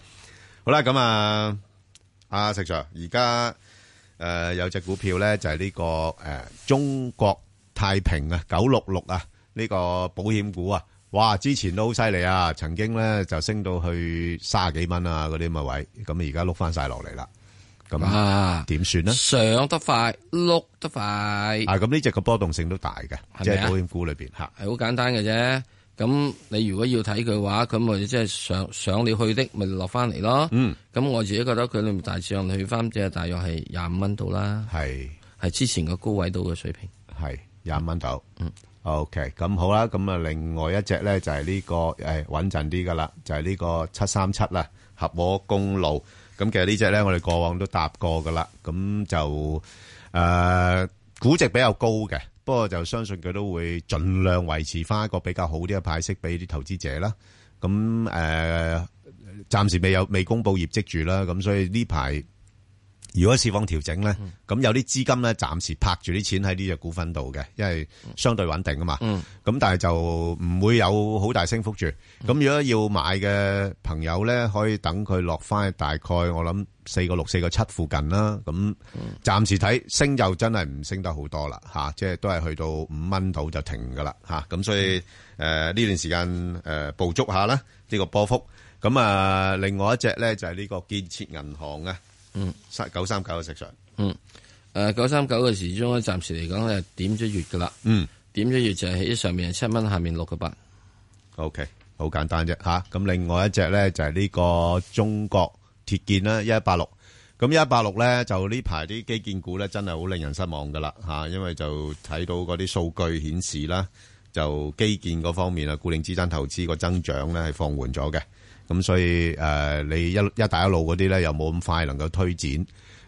Speaker 1: 好啦，咁啊，阿石 Sir，而家誒有隻股票咧，就係呢個誒中國太平啊，九六六啊，呢個保險股啊，哇！之前都好犀利啊，曾經咧就升到去卅幾蚊啊，嗰啲咁嘅位，咁而家碌翻晒落嚟啦。咁
Speaker 2: 啊
Speaker 1: 點算呢？
Speaker 2: 上得快，碌得快，
Speaker 1: 啊，咁呢只個波動性都大嘅，
Speaker 2: 咪
Speaker 1: 即係
Speaker 2: 啊
Speaker 1: 保險股裏邊嚇。
Speaker 2: 係好簡單嘅啫。咁你如果要睇佢嘅話，咁咪即係上上你去的，咪落翻嚟咯。
Speaker 1: 嗯，
Speaker 2: 咁我自己覺得佢裏面大致上去翻即係大約係廿五蚊度啦。
Speaker 1: 係
Speaker 2: 係之前個高位度嘅水平。
Speaker 1: 係廿蚊度。嗯，OK，咁好啦，咁啊，另外一隻咧就係呢、個誒穩陣啲噶啦，就係、呢個七三七啦，合和公路。咁其實呢只咧，我哋過往都搭過噶啦，咁就誒、呃估值比較高嘅，不過就相信佢都會盡量維持翻一個比較好啲嘅派息俾啲投資者啦。咁誒、呃，暫時未有未公布業績住啦，咁所以呢排。如果市況調整咧，咁有啲資金咧暫時拍住啲錢喺呢只股份度嘅，因為相對穩定啊嘛。
Speaker 2: 嗯
Speaker 1: 咁但係就唔會有好大升幅住。咁如果要買嘅朋友咧，可以等佢落翻去大概我諗四個六、四個七附近啦。咁暫時睇升就真係唔升得好多啦，吓、即係都係去到五蚊度就停噶啦，吓、咁所以誒呢、段時間誒、呃、捕捉下啦，呢、個波幅。咁啊、另外一隻咧就係呢個建設銀行啊。
Speaker 2: 嗯
Speaker 1: 三九三九嘅食上，
Speaker 2: 嗯，誒九三九嘅時鐘咧，暫時嚟講咧點咗月噶啦。
Speaker 1: 嗯，
Speaker 2: 點咗月就係喺上面七蚊，下面六個八。
Speaker 1: OK，好簡單啫吓。咁、另外一隻咧就係呢個中國鐵建啦，一一八六。咁一一八六咧就呢排啲基建股咧真係好令人失望噶啦吓，因為就睇到嗰啲數據顯示啦，就基建嗰方面啊，固定資產投資個增長咧係放緩咗嘅。咁所以誒、呃你一一帶一路嗰啲咧又冇咁快能夠推展，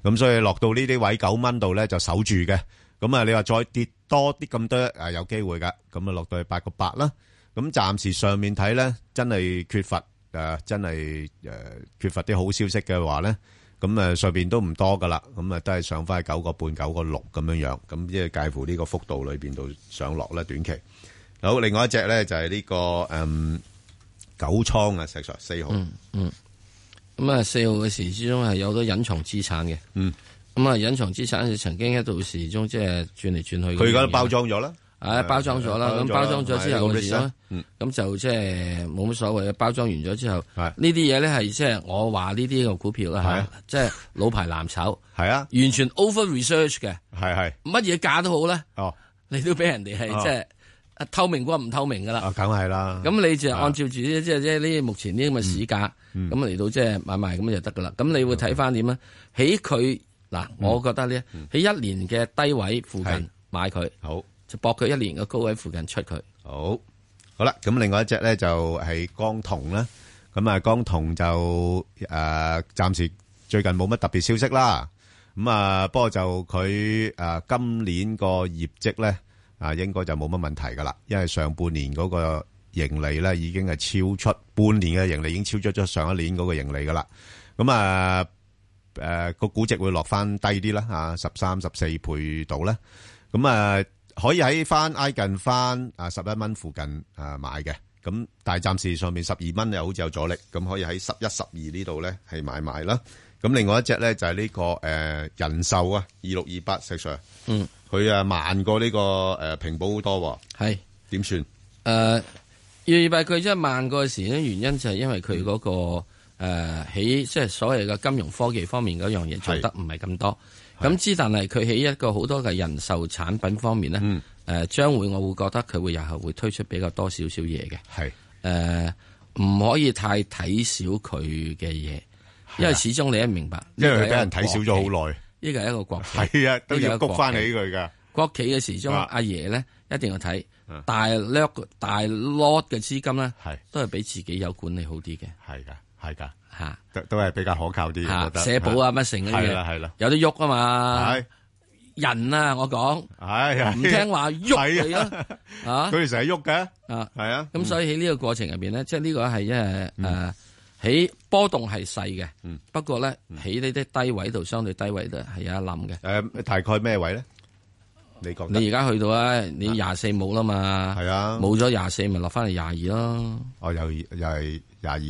Speaker 1: 咁所以落到呢啲位九蚊度咧就守住嘅。咁啊，你話再跌多啲咁多誒有機會㗎，咁啊落到去八個八啦。咁暫時上面睇咧，真係缺乏誒、呃真係誒、呃缺乏啲好消息嘅話咧，咁誒上邊都唔多噶啦，咁啊都係上翻去九個半、九個六咁樣樣，咁即係介乎呢個幅度裏邊度上落啦，短期。好，另外一隻咧就係呢、個嗯九倉啊，石 Sir 四號，
Speaker 2: 嗯嗯，咁啊四號嘅時之中係有好多隱藏資產嘅。
Speaker 1: 嗯，
Speaker 2: 咁啊隱藏資產佢曾經喺度時鐘即係轉嚟轉去嗰啲嘢。
Speaker 1: 佢而家都包裝咗啦，
Speaker 2: 啊，包裝咗啦，咁嗯包裝咗之後嘅時咧，咁就即係冇乜所謂嘅。包裝完咗之後，呢啲嘢咧係即係我話呢啲嘅股票啦
Speaker 1: 係
Speaker 2: 嚇
Speaker 1: 啊，
Speaker 2: 即係老牌藍籌，
Speaker 1: 係啊，
Speaker 2: 完全 over research 嘅，
Speaker 1: 係係
Speaker 2: 乜嘢價都好咧，
Speaker 1: 哦，
Speaker 2: [laughs] 你都俾人哋係
Speaker 1: 哦
Speaker 2: 即係啊透明過唔透明噶啦。
Speaker 1: 梗係啦，
Speaker 2: 咁你就按照住呢即係即係呢啲目前呢啲咁嘅市價，咁嚟到即係買賣咁就得噶啦。咁你會睇翻點咧？喺佢嗱，我覺得咧喺一年嘅低位附
Speaker 1: 係
Speaker 2: 近買佢，
Speaker 1: 好
Speaker 2: 就搏佢一年嘅高位附近出佢。
Speaker 1: 好，好啦，咁另外一隻咧就係江銅啦。咁啊，江銅就誒暫時最近冇乜特別消息啦。咁啊，不過就佢誒今年個業績咧啊，應該就冇乜問題噶啦，因為上半年嗰個盈利咧已經係超出半年嘅盈利已經超出咗上一年嗰個盈利噶啦。咁啊誒個估值會落翻低啲啦，啊十三十四倍度啦。咁啊，可以喺翻挨近翻啊十一蚊附近啊買嘅。咁但係暫時上面十二蚊又好似有阻力，咁可以喺十一、十二呢度咧係買賣啦。咁另外一隻咧就係呢、個誒、呃人壽啊，二六二八石 Sir，
Speaker 2: 嗯，
Speaker 1: 佢啊慢過呢、個誒、呃平保好多
Speaker 2: 喎，係
Speaker 1: 點算？
Speaker 2: 誒呃要預備佢即係慢過時咧，原因就係因為佢嗰、個
Speaker 1: 嗯
Speaker 2: 誒喺、即係所謂嘅金融科技方面嗰樣嘢做得唔係咁多。咁之但係佢喺一個好多嘅人壽產品方面咧，誒、
Speaker 1: 嗯
Speaker 2: 將會我會覺得佢會日後會推出比較多少少嘢嘅。
Speaker 1: 係
Speaker 2: 誒唔可以太睇小佢嘅嘢，因為始終你都明白，
Speaker 1: 啊因為佢
Speaker 2: 呢
Speaker 1: 俾
Speaker 2: 個係一個
Speaker 1: 人睇少咗好耐
Speaker 2: 國企。呢個係一個國
Speaker 1: [laughs]
Speaker 2: 企，
Speaker 1: 係啊都要
Speaker 2: 呢個係一個
Speaker 1: 谷返
Speaker 2: 國企
Speaker 1: 起佢㗎。
Speaker 2: 國企嘅時鐘，
Speaker 1: 啊
Speaker 2: 阿爺咧一定要睇
Speaker 1: 啊
Speaker 2: 大 lot 大 lot 嘅資金咧
Speaker 1: 係，
Speaker 2: 都係俾自己有管理好啲嘅。
Speaker 1: 係噶，系噶，
Speaker 2: 吓
Speaker 1: 都都系比較可靠啲，
Speaker 2: 嚇
Speaker 1: 我覺得
Speaker 2: 社保啊乜成嗰啲嘢
Speaker 1: 係啦係啦，
Speaker 2: 有得喐啊嘛
Speaker 1: 係。
Speaker 2: 人啊，我講
Speaker 1: 係係
Speaker 2: 唔
Speaker 1: [laughs]
Speaker 2: 聽話喐你咯，啊！
Speaker 1: 佢哋成日喐嘅，
Speaker 2: 啊，
Speaker 1: 係啊。
Speaker 2: 咁所以喺呢個過程入邊咧，即係呢個係因為
Speaker 1: 嗯
Speaker 2: 誒喺波動係細嘅，不過咧
Speaker 1: 嗯
Speaker 2: 喺呢啲低位度，相對低位度係有一冧嘅。
Speaker 1: 誒，大概咩位咧？你覺得？
Speaker 2: 你而家去到啊，你廿四冇啦嘛，
Speaker 1: 係啊，
Speaker 2: 冇咗廿四咪落翻嚟廿二咯。
Speaker 1: 我又又係廿二、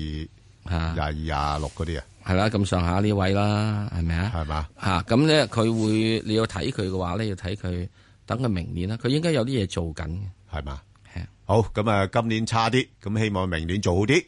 Speaker 1: 廿
Speaker 2: 二、
Speaker 1: 廿六嗰啲啊，
Speaker 2: 係啦，咁上下呢位啦，係咪啊？
Speaker 1: 係嘛？
Speaker 2: 嚇，咁咧佢會你要睇佢嘅話咧，要睇佢等佢明年啦，佢應該有啲嘢做緊嘅，
Speaker 1: 係嘛？
Speaker 2: 係啊。
Speaker 1: 好，咁啊，今年差啲，咁希望明年做好啲。